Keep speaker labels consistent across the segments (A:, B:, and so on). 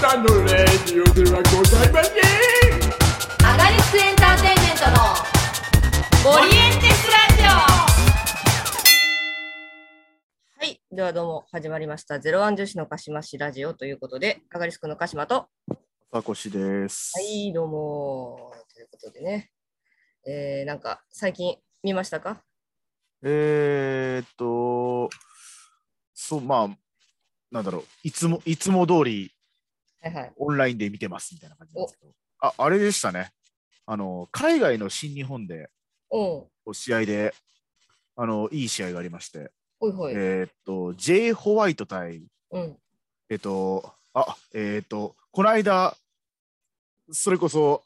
A: さんのレディオではございません
B: アガリスクエンターテインメントのオリエンテスラジオ
C: はい。ではどうも、始まりました。ゼロワン女子の鹿島市ラジオということで、アガリスクの鹿島と、は
D: サコシです。
C: い、どうも。ということでね、えー、なんか最近見ましたか
D: えーっと、そう、まあ、なんだろう、いつも、いつも通り
C: はいはい。
D: オンラインで見てますみたいな感じなんですけど、あ、あれでしたね。あの、海外の新日本で、
C: うん。
D: お試合で、あの、いい試合がありまして、
C: ほいほい。
D: えーっと、J. ホワイト対、
C: うん。
D: えっと、あ、えーっと、この間、それこそ、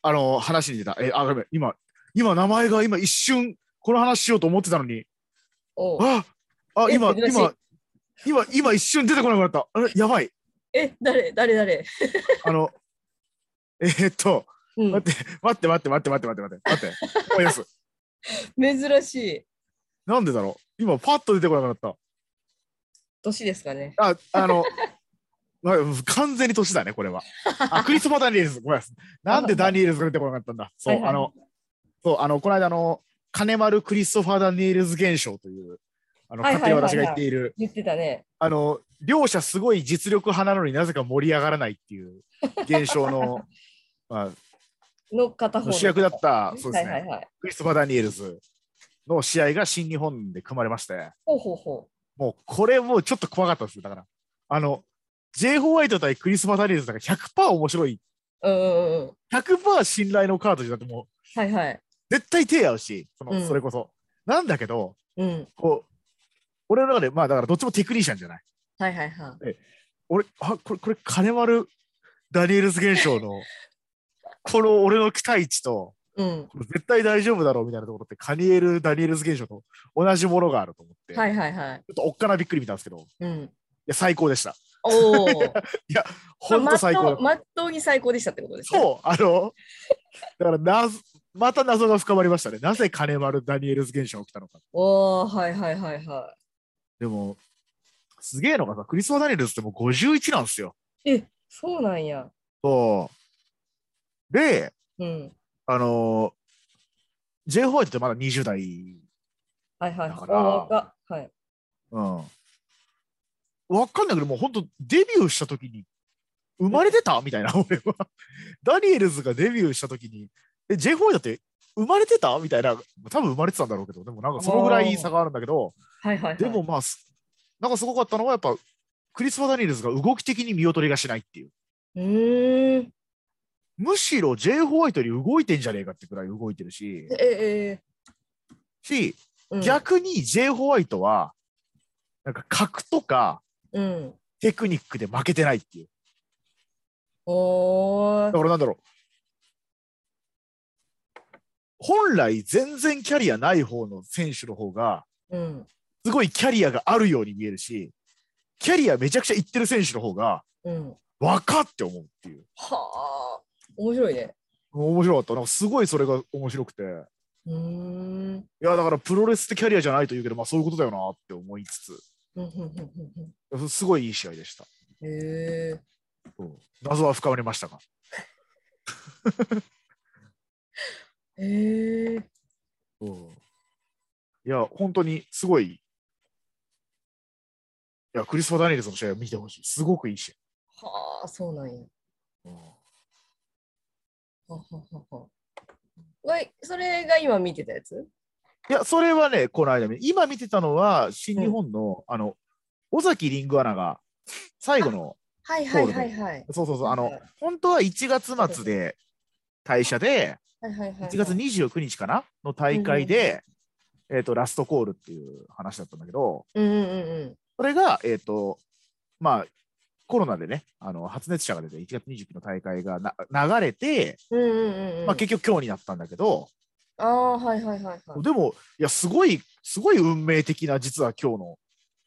D: あの、話に出た、え、あ、ごめん今、今、名前が今一瞬、この話しようと思ってたのに、
C: おう
D: ああ
C: え
D: 今
C: 珍しい
D: 今今今一瞬出てこなくなったあれやばい
C: え、誰、誰、誰。
D: あの えーっと
C: うん
D: 待待って待って待って待って待って待って待って思い出 す
C: 珍しい
D: なんでだろう今パッと出てこなくなっ
C: 年ですかね。
D: たああの まあ完全に年だねこれはあクリスマ・ダニエルズごめんなさいなんでダニエルズが出てこなかったんだそう、
C: はいはい
D: あのそうあのこの間あの金丸クリストファー・ダニエルズ現象というあの
C: はいは
D: 勝
C: いはい
D: 手に
C: はい
D: 私が言っている
C: 言ってたね。
D: あの両者すごい実力派なのになぜか盛り上がらないっていう現 象の、ま
C: の片方
D: あ、
C: の。
D: 主役だったそうですね、
C: はいはいはい。
D: クリストファー・ダニエルズの試合が新日本で組まれまして
C: ほうほうほ。
D: もうこれもうちょっと怖かったですだからあの J. ホワイト対クリストファー・ダニエルズだから100%面白いう
C: うんうんうんうん。
D: 100%信頼のカードじゃなくてもう
C: はいはい。
D: 絶対手合うしその、
C: うん
D: それこそなんだけど
C: うん。
D: こう俺の中でまあだからどっちもテクニシャンじゃない
C: はいはいはい。
D: 俺あこれこれ金丸ダニエルズ現象のこの俺の期待値と
C: うん。
D: これ絶対大丈夫だろうみたいなところってカニエル・ダニエルズ現象と同じものがあると思って、
C: はいはいはい
D: ち。ょっとおっかなびっくり見たんですけどい
C: うん。
D: や最高でした
C: おお。
D: ほんと最高だった
C: まっとうまっとうに最高でしたってことですね。
D: そうあのだから謎また謎が深まりましたねなぜ金丸・ダニエルズ現象が起きたのか
C: おー、はいはいはいは
D: でもすげえのがさクリスマ・ダニエルズってもう51なんですよ
C: い。え、そうなんや。
D: そうで
C: うん。
D: あの J. ホワイトってまだ20代
C: はいはい。
D: だから
C: お若はい。
D: うんわかんないけど、もう本当、デビューしたときに、生まれてたみたいな、 俺は。ダニエルズがデビューしたときに、え、J. ホワイトって生まれてたみたいな、多分生まれてたんだろうけど、でもなんかそのぐらい差があるんだけど、
C: はいはいはい。
D: でも、まあ、すなんかすごかったのは、やっぱ、クリスマ・ダニエルズが動き的に見劣りがしないっていう。
C: うーん。
D: むしろ J. ホワイトより動いてんじゃねえかってくらい動いてるし
C: え、、え
D: し、
C: ー、うん。
D: 逆に J. ホワイトは、なんか格とか
C: うん。
D: テクニックで負けてないっていう。
C: お
D: だ
C: ー。
D: からなんだろう。本来全然キャリアない方の選手の方が、
C: うん。
D: すごいキャリアがあるように見えるし、キャリアめちゃくちゃいってる選手の方が、
C: うん。
D: 若って思うっていう。
C: はあ。面白いね。
D: 面白かった。なんかすごいそれが面白くて。いう
C: ーん。
D: や、だからプロレスってキャリアじゃないと言うけど、まあそういうことだよなって思いつ
C: うんうんうん
D: つ、すごいいい試合でした。
C: うんへえ。
D: 謎は深まりましたが。
C: へえ。
D: いや、本当にすごい、いや、クリスパ・ダニエルズの試合を見てほしい。すごくいい試合。
C: はあ、そうなんや。はははは。わい、それが今見てたやつ
D: いや、それはね、この間見、今見てたのは、新日本の、あの、尾崎リングアナが、最後の、
C: はいはいはいはい。
D: そうそうそう、あ
C: は
D: の
C: いはい、
D: 本当は1月末で退社で、
C: はいはいはい。
D: 1月29日かなの大会で、えっと、ラストコールっていう話だったんだけど、
C: うんうんうん
D: それが、えっと、まあ、コロナでね、あの発熱者が出て、1月29日の大会がな流れて、
C: うん。うんうんうん。
D: まあ、結局、今日になったんだけど、
C: ああ、はいはいはいはい。
D: でも、いや、すごい、すごい運命的な、実は今日の、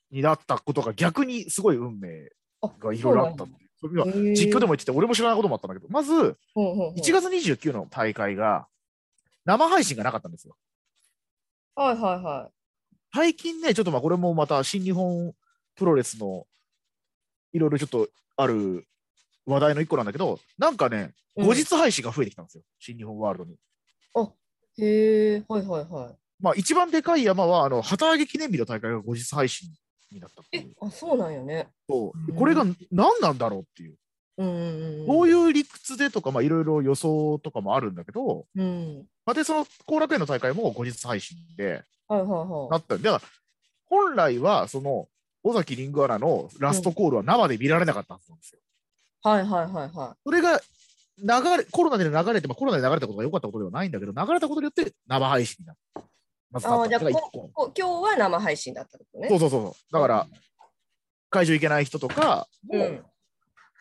D: になったことが逆にすごい運命
C: あ
D: がいろいろあったっていう。それは実況で
C: も
D: も言ってて、俺も知らないこともあったんだけど、まず、1月29の大会が、生配信がなかったんですよ。
C: はいはいは
D: 最近ね、ちょっとまあ、これもまた、新日本プロレスの、いろいろちょっとある話題の一個なんだけど、なんかね、
C: うん
D: 後日配信が増えてきたんですよ、新日本ワールドに。
C: へえ、はいはいは
D: まあ、一番でかい山は、あの、旗揚げ記念日の大会が後日配信になったってい
C: い。
D: う。
C: あ、そうなんよね。
D: そうこれが何なんだろうっていう、
C: うんうんうん。
D: どういう理屈でとか、まあ、いろいろ予想とかもあるんだけど、
C: うん。
D: まあ、で、その後楽園の大会も後日配信で
C: はいはいは。
D: ないったんで、だから、本来は、その、尾崎リングアナのラストコールは生で見られなかったはずなんですよ。
C: はいはいはいは
D: それが流れ、コロナで流れて、まあ、コロナで流れたことが良かったことではないんだけど、流れたことによって生配信になった。まずなった
C: あーじゃあ
D: だから一個
C: い。こ今日は生配信だったことね。
D: そうそうそうそう。だから、会場行けない人とか
C: う
D: も
C: ん。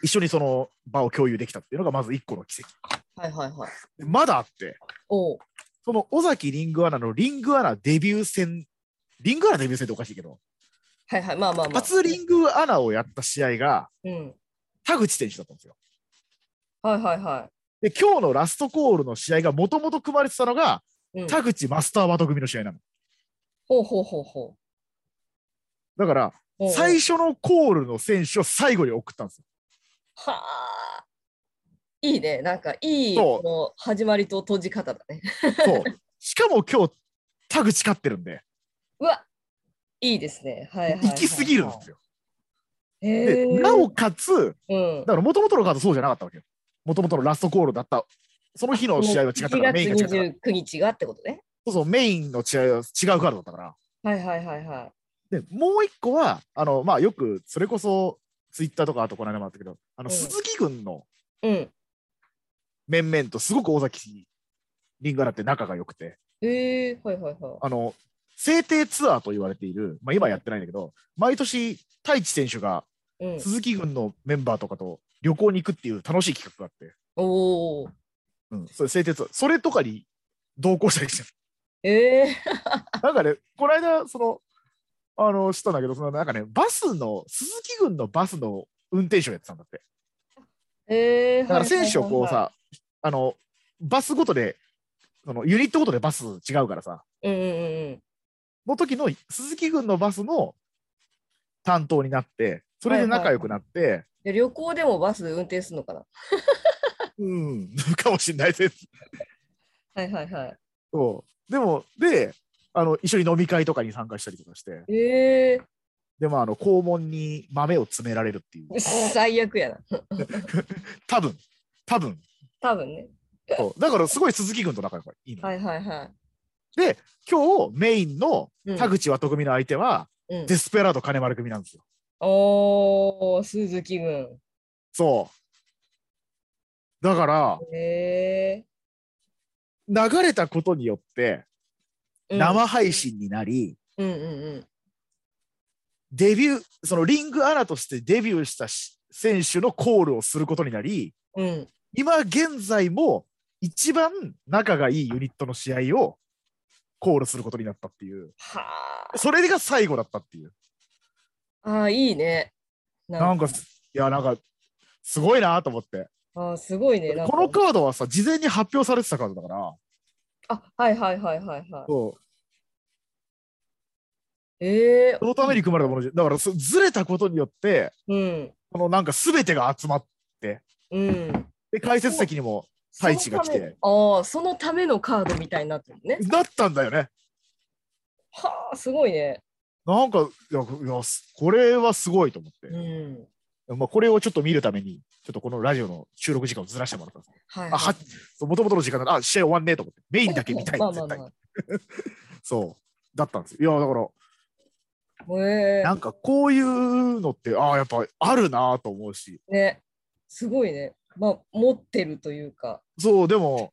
D: 一緒にその場を共有できたっていうのがまず一個の奇跡。
C: はいはいはい。
D: でまだあって、
C: おう。
D: その尾崎リングアナのリングアナデビュー戦、リングアナデビュー戦っておかしいけど、
C: はいはい。まあまあまあ。
D: 初リングアナをやった試合が
C: うん。
D: 田口選手だったんですよ。
C: はいはいは
D: で、今日のラストコールの試合がもともと組まれてたのが、
C: い。うん。
D: 田口マスターバト組の試合なの。
C: ほうほうほうほ
D: だから、
C: う。
D: 最
C: 初。
D: 初のコールの選手を最後に送ったんですよ。
C: はあ。いいね。なんかいい
D: そう
C: もう始まりと閉じ方だね。
D: そう しかも今日田口勝ってるんで、
C: うわ。いいですね。はいはいはい、はい。
D: 行き過ぎるんですよ。
C: へ
D: で
C: ー。
D: なおかつ、
C: うん
D: だ。からもともとのカードそうじゃなかったわけよ。もともとのラストコールだった、その日の試合は違ったから、メインが違
C: 1
D: った
C: 月
D: か
C: 29
D: ら、
C: 日がってことね。
D: そうそう、メインの試合は違うカードだったから。
C: はいはいはいはい。
D: で、もう一個は、あの、まあ、よく、それこそ、ツイッターとか、あとこの間もあったけど、あの、
C: うん
D: 鈴木軍の
C: うん。
D: 面々と、すごく尾崎リンガラって仲が良くて、
C: へえー、はいはいは
D: あの、制定ツアーと言われている、まあ、今やってないんだけど、毎年、太一選手が
C: い。うん、
D: 鈴木軍のメンバーとかと旅行に行くっていう楽しい企画があって、
C: おお。
D: うん、それ製鉄それとかに同行したりし てる
C: ええ
D: なんかねこの間そのあのしたんだけどそのなんかねバスの鈴木軍のバスの運転手をやってたんだって
C: ー。えー。
D: だから選手をこう
C: は
D: さあのバスごとでそのユニットごとでバス違うからさ
C: いはいはい。うんうんうん。
D: の時の鈴木軍のバスの担当になってそれで仲良くなって、
C: で旅行でもバス運転するのかな。
D: うん かもしれないです
C: はいはいは
D: そう。でも、で、あの、一緒に飲み会とかに参加したりとかして、
C: い。ええ
D: で、まあ、あの、肛門に豆を詰められるっていう、
C: ー。最悪やな。
D: 多分、多分。
C: 多分ね。
D: そうだから、すごい鈴木軍と仲良くいいの。
C: はいはいは
D: で、今日、メインの
C: い。うん
D: 田口和組の相手は、
C: うん
D: デスペラード金丸組なんですよ。
C: おお、鈴木軍。
D: そう。だから、
C: え
D: 流れたことによって、
C: えー。
D: 生配信になり、
C: うん。うんうんうん。
D: デビュー、そのリングアナとしてデビューしたし選手のコールをすることになり、
C: うん、
D: 今現在も一番仲がいいユニットの試合をコールすることになったっていう
C: は
D: それが最後だったっていう
C: あ。ああ、いいね。な
D: なん
C: か
D: んかすいやなんかすごいなと思って
C: ああ、すごいね。なんか
D: このカードはさ事前に発表されてたカードだから
C: あ、はいはいはいはいはい。
D: そう
C: ええ
D: そのために組まれたものじゃだからそずれたことによって
C: うん。
D: このなんか全てが集まっ
C: うん。
D: て解説席にも太一が来て
C: そのため。ああ、そのためのカードみたいになってるね。
D: なったんだよね
C: はあ、すごいね。
D: なんかいやいやすこれはすごいと思って
C: う、ん。
D: まあ、これをちょっと見るためにちょっとこのラジオの収録時間をずらしてもらったんです
C: はい、
D: あはもともとの時間だあ試合終わんねえと思ってメインだけ見たい
C: まあま
D: 絶
C: あま
D: 対
C: あ。
D: そうだったんですよいやだから
C: え
D: なんかこういうのってああやっぱあるなと思うし
C: えね。すごいね。まあ、持ってるというか。
D: そうでも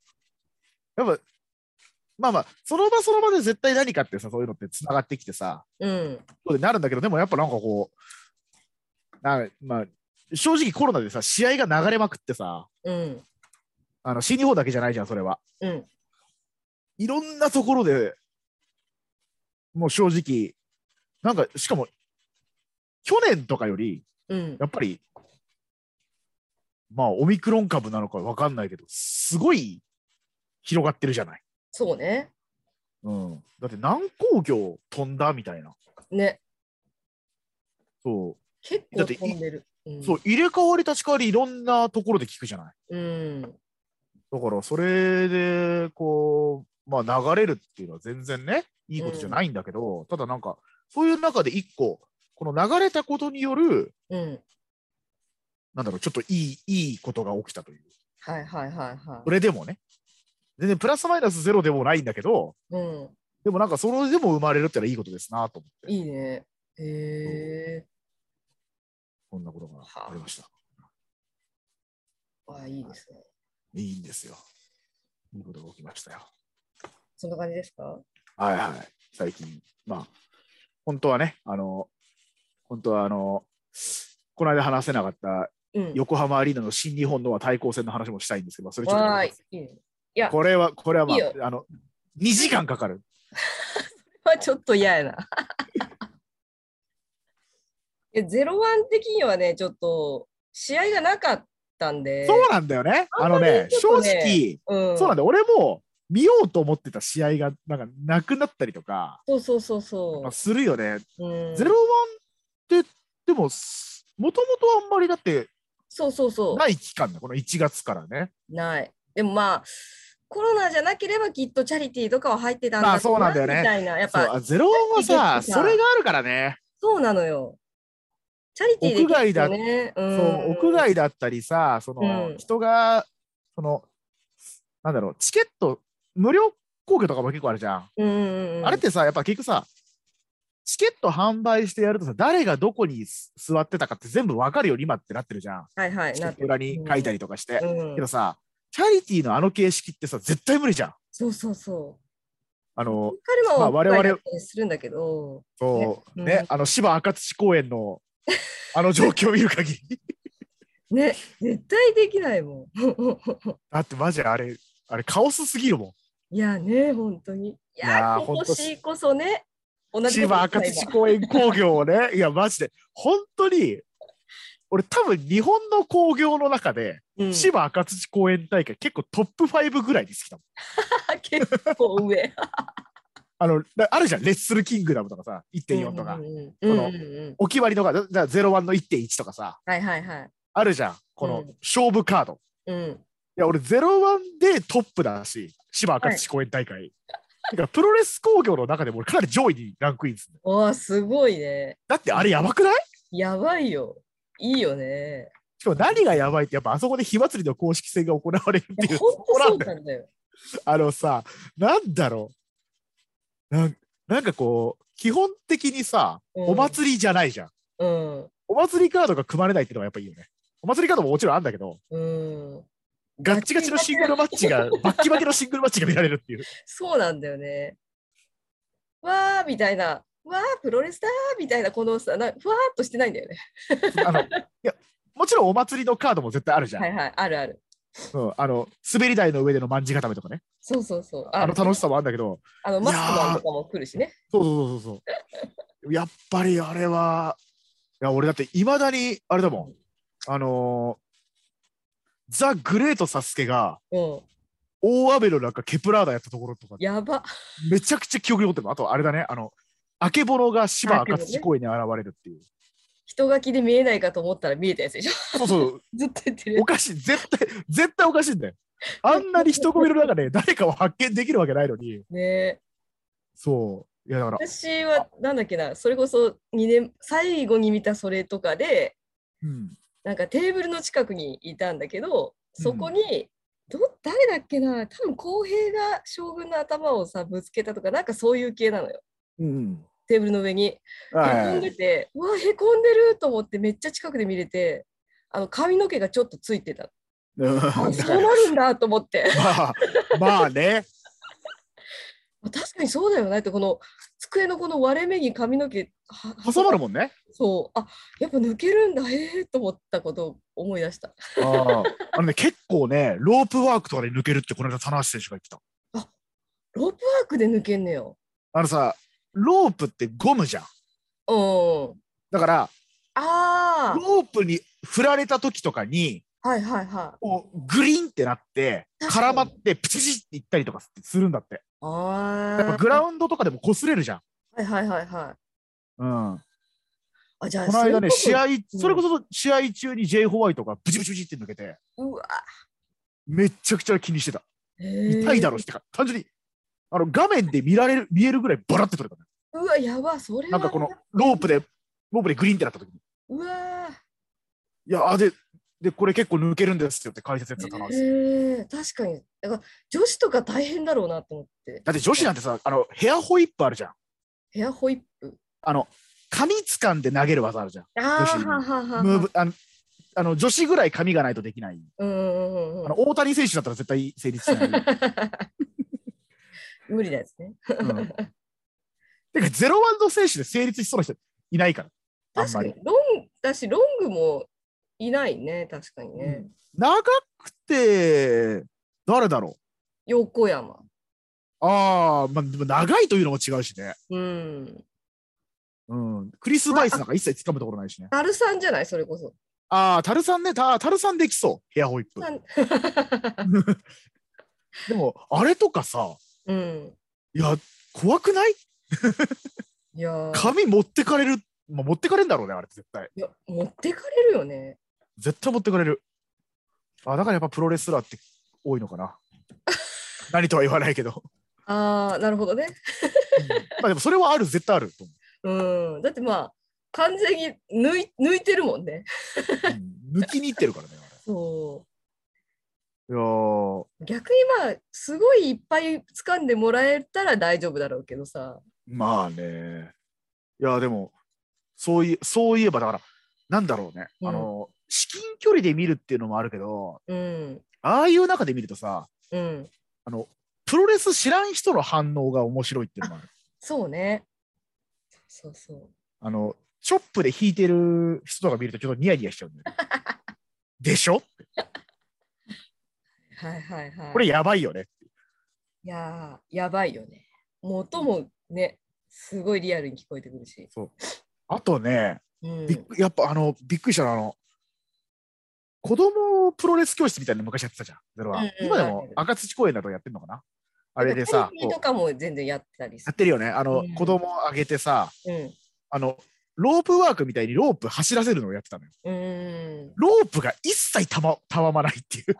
D: やっぱまあまあその場その場で絶対何かってさそういうのってつながってきてさ
C: うん。
D: そうになるんだけどでもやっぱなんかこうなんかまあ正直コロナでさ試合が流れまくってさ
C: うん。
D: あの新日本だけじゃないじゃんそれは
C: うん。
D: いろんなところでもう正直、なんかしかも去年とかより、
C: うん。
D: やっぱり、まあ、オミクロン株なのか分かんないけど、すごい広がってるじゃない。
C: そうね。
D: うん、だって、南工業飛んだみたいな。
C: ね。
D: そ
C: 結構飛んでる。うん
D: そう、入れ替わり立ち替わりいろんなところで聞くじゃない。
C: うん。
D: だから、それで、こう、まあ、流れるっていうのは全然ね、いいことじゃないんだけど、ただなんか、そういう中で一個、この流れたことによる、
C: うん。
D: なんだろう、ちょっといい、いいことが起きたという。
C: はいはいはいは
D: それでもね、全然プラスマイナスゼロでもないんだけど、
C: い。うん。
D: でもなんか、それでも生まれるってのはいいことですなと思って、
C: いいね。へえ。
D: こんなことがありました。
C: あ、いいですね。
D: いいんですよ。いいことが起きましたよ。
C: そんな感じですか
D: はいはい。最近、まあ、本当はね、あの、本当はあの、この間話せなかった
C: うん。
D: 横浜アリーナの新日本のは対抗戦の話もしたいんですけど、それちょっと
C: わーい
D: やめとこ。
C: いいね。
D: う。これは、これはまあ
C: いいよ、
D: あの、2時間かかる。
C: まあちょっと嫌やな。 いや、ゼロワン的にはね、ちょっと試合がなかったんで。
D: そうなんだよね。あのね、
C: ちょ
D: 正
C: っとね
D: 直、
C: うん、
D: そうなん
C: ん
D: だよ。俺も見ようと思ってた試合が、なんか、なくなったりとか、
C: そうそうそう
D: ま
C: そ
D: あ、するよね。
C: う。うん、
D: ゼロワンって、でも、もともとあんまりだって、
C: そうそうそう。
D: ない期間だ、この1月からね。
C: ない。でもまあ、コロナじゃなければきっとチャリティーとかは入ってたんだ
D: まあそうなんだよね
C: みたいな、やっ
D: そう
C: ぱ
D: あゼロワンはさ、
C: チャリティー
D: それがあるからね、
C: そうなのよ。チャリティーで
D: 屋外だ
C: ね、う
D: そう屋外だったりさ、その、
C: うん
D: 人がそのなんだろうチケット無料公開とかも結構あるじゃん。
C: うんうんうん、
D: あれってさ、やっぱ結局さ、チケット販売してやるとさ、誰がどこにす座ってたかって全部わかるように今ってなってるじゃん。
C: はいはい、
D: チケ
C: な
D: ッ
C: っ
D: ト裏に書いたりとかして。
C: てうん
D: けどさ、チャリティーのあの形式ってさ、絶対無理じゃん。
C: そうそうそう。
D: あの、
C: 彼も、
D: まあ我々
C: だったりするんだけど、
D: そう
C: ね
D: ね、
C: うん
D: あの芝赤土公園のあの状況を見る限り。
C: ね、絶対できないもん。
D: だってマジあれ、あれカオスすぎるもん。
C: いやね、本当に。い
D: いや
C: や
D: ー、
C: 今
D: ほんと
C: 年こそね、同じこ
D: 千
C: と言
D: 葉
C: って
D: 赤
C: た
D: 土公園工業をね、いやマジで、本当に、俺多分日本の工業の中で、
C: 今うん
D: 千葉赤土公園大会結構トップ5ぐらいに好きだもん。
C: 結構上。
D: あの、だあるじゃん、レッスルキングダムとかさ、1.4とか、
C: うんうん
D: その
C: うんうんうん
D: お決まりのが、だだ01の1.1とかさ、
C: はいはいはい。
D: あるじゃん、こ
C: う
D: の
C: ん
D: 勝負カード。
C: うん。
D: いや、俺01でトップだし、芝赤土公園大会。てかプロレス工業の中でも俺かなり上位にランクインする。
C: わあ、すごいね。
D: だってあれやばくない
C: やばいよ。いいよね。
D: しかも何がやばいって、やっぱあそこで火祭りの公式戦が行われるっていう、
C: 本
D: そ
C: 当
D: こな
C: そ
D: ん
C: う
D: だよ。
C: なんだよ。
D: あのさ、なんだろう。なんなんかこう、基本的にさ、
C: うん
D: お祭りじゃないじゃん。
C: うん。
D: お祭りカードが組まれないっていうのがやっぱいいよね。お祭りカードももちろんあるんだけど、
C: うん。
D: ガッチガチのシングルマッチが、バッキバキのシングルマッチが見られるっていう。
C: そうなんだよね。わあ、みたいな。わあ、プロレスだーみたいな、このさ、なふわーっとしてないんだよね。
D: あのいやもちろんお祭りのカードも絶対あるじゃん。
C: はいはい、あるある。
D: うん、あの滑り台の上でのまんじ固めとかね。
C: そうそうそう。
D: あの楽し
C: さ。
D: さもあるんだけど、
C: あの、マスクマンとかも来るしね。
D: そうそうそうそう。 やっぱりあれは、いや俺だっていまだにあれだもん、あのーザ・グレート・サスケが
C: うん。
D: 大雨の中ケプラーダやったところとか、
C: やば。
D: めちゃくちゃ記憶に残ってるあとあれだね、あの、あけぼろが芝
C: あけぼ
D: 赤
C: ろね
D: 土公園に現れるっていう。
C: 人書きで見えないかと思ったら見えたやつでしょ。
D: そうそう、
C: ずっと言ってる
D: お。かしい、絶対、絶対おかしいんだよ。あんなに人混みの中で誰かを発見できるわけないのに、
C: ねえ
D: そう、いやだから、
C: 私は、なんだっけな、それこそ二年、最後に見たそれとかで、
D: うん、
C: なんかテーブルの近くにいたんだけどそこに、ど誰だっけな多分浩平が将軍の頭をさぶつけたとかなんかそういう系なのよ
D: うん、
C: テーブルの上に
D: う
C: へ
D: ん。
C: こ
D: は
C: ん
D: い
C: でて、うわへこんでると思ってめっちゃ近くで見れてあの髪の毛がちょっとついてた
D: うん
C: あそうなるんだと思って
D: まあ、まあね。
C: 確かにそうだよねってこの机のこの割れ目に髪の毛は
D: 挟まるもんね。
C: そうあやっぱ抜けるんだへえと思ったことを思い出した
D: あのね、結構ね、ロープワークとかで抜けるって、この間、棚橋選手が言ってた。
C: ロープワークで抜けんねよ
D: あのさ、ロープってゴムじゃん。
C: うん
D: だから、
C: ああ
D: ロープに振られた時とかに、
C: はいはいはい。
D: こうグリーンってなって、
C: 確か
D: 絡
C: に
D: まって、プチチっていったりとかするんだって。
C: あ
D: やっぱグラウンドとかでも擦れるじゃん。
C: はいはいはいはい。
D: うん。
C: あじゃあ
D: この間ね、
C: そ
D: 試
C: れこ
D: 合、それこそ試合中に J. ホワイトがブチブチブチって抜けて、
C: そうわ
D: めっちゃくちゃ気にしてた。
C: 痛
D: 痛いだろうってか、単純に、あの、画面で見られる、見えるぐらいバラって取れたね。
C: うわやばそれは
D: なんかこの、ロープで、ロープでグリーンってなった時に。
C: うわ
D: いや、あ、で、で、これ結構抜けるんですよって解説やってたな。
C: へえ確かにだから女子とか大変だろうなと思って
D: だって女子なんてさ、あの、ヘアホイップあるじゃん。
C: ヘアホイップ
D: あの、髪掴んで投げる技あるじゃん。
C: あ
D: 女子
C: ーはあはあはあ
D: ムーブ、あの、あの女子ぐらい髪がないとできない。
C: うんうんうん
D: あ
C: うん
D: の大谷選手だったら絶対成立しない。
C: 無理なやつね
D: うん、てか、ゼロワンの選手で成立しそうな人いないから。あん
C: 確
D: ま
C: か
D: り
C: に。ロンだしロングもいないね確かにね、
D: うん長くて、誰だろ
C: 横山
D: う。ああ、まあ、でも長いというのも違うしね。
C: うん
D: うん。クリス・バイスなんか一切掴むところないしね。
C: アルさんじゃないそれこそ
D: ああ、タルさんね、タタルさんできそう。ヘアホイップ
C: さ。ん
D: でも、あれとかさ、
C: うん
D: いや、怖くない
C: いやー
D: 髪持ってかれる。まあ、持ってかれるんだろうね、あれ絶対。
C: いや持ってかれるよね
D: 絶対持ってかれる。あだからやっぱプロレスラーって多いの かな。何とは言わないけど。
C: ああなるほどね
D: まあでもそれはある、絶対あると思
C: うんだってまあ完全に抜い抜いてるもんね
D: う。うん抜きにいってるからね。あ
C: そ
D: れいやー
C: う逆にまあすごいいっぱい掴んでもらえたら大丈夫だろうけどさ
D: まあね。いやでもそういそういえばだからなんだろうね、
C: うん
D: あの至近距離で見るっていうのもあるけど
C: うん
D: ああいう中で見るとさ
C: うん
D: あのプロレス知らん人の反応が面白いっていうのもある。
C: そうねそうそう
D: あのチョップで弾いてる人とか見るとちょっとニヤニヤしちゃうんだよね。でしょ
C: はいはいはい
D: これやばいよね。
C: いやーやばいよね。もう音もね、すごいリアルに聞こえてくるし。
D: あとね、
C: うん
D: びっくやっぱあのびっくりしたのあの子供プロレス教室みたいなの昔やってたじゃん。ゼロワ
C: う
D: ン
C: んうん
D: 今で
C: やって
D: も
C: る
D: 赤土公園だとやってんのかなあれで
C: なん
D: さ
C: か、
D: こ
C: 体
D: う
C: 操とかも全然やってたりす
D: やってるよね。あの、
C: うん
D: 子供あげてさ、
C: る。
D: あの、ロープワークみたいにロープ走らせるのをやってたのよ。
C: うん。う
D: ロープが一切たま、たわまないっていう。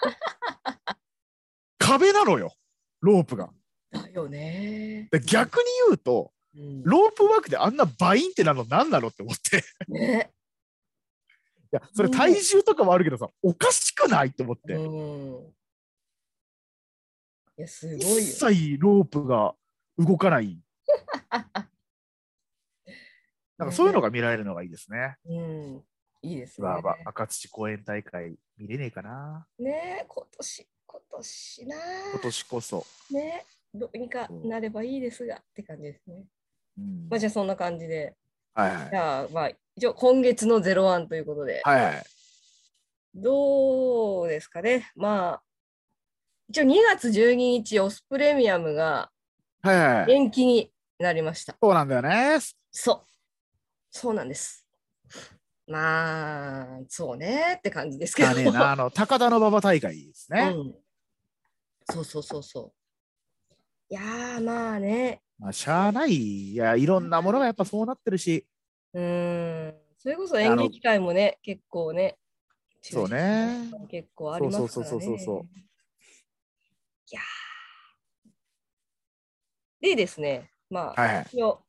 D: 壁なのよ、ロープが。
C: ーん。だよね
D: で逆に言うと、
C: うん
D: ロープワークであんなバインってなの何なのって思って。い
C: ね。
D: や、それ体重とかもあるけどさ、おかしくないって思って。
C: うん。いや、す
D: 一
C: ごいよ。
D: 切ロープが動かない。なんかそういうのが見られるのがいいですね。
C: うん。いいですね。
D: わあわあ赤土公園大会見れねえかな。
C: ね今年、今年な
D: 今年こそ。
C: ねどうにかなればいいですがって感じですね。
D: うん
C: まあ、じゃあそんな感じで。
D: はいはい
C: じ。ゃあ、まあ、一応今月のゼロワンということで。
D: はいはい。
C: どうですかね、まあ、一応2月12日、オスプレミアムが
D: はいはい。
C: 延期になりました。
D: そうなん だよね。
C: そう、そうなんです。まあ、そうねって感じですけど。
D: だねえな、あの、高田の馬場大会です
C: う
D: ね。
C: ん、そうそうそうそう。いやー、まあね、
D: まあ、しゃあない。いや、いろんなものがやっぱそうなってるし、
C: うーん、それこそ演劇界もね、結構ね、
D: そうね。
C: 結構ありますからね。
D: そうそうそうそうそう
C: いやーでですね、まあ、
D: はいはい。
C: 一応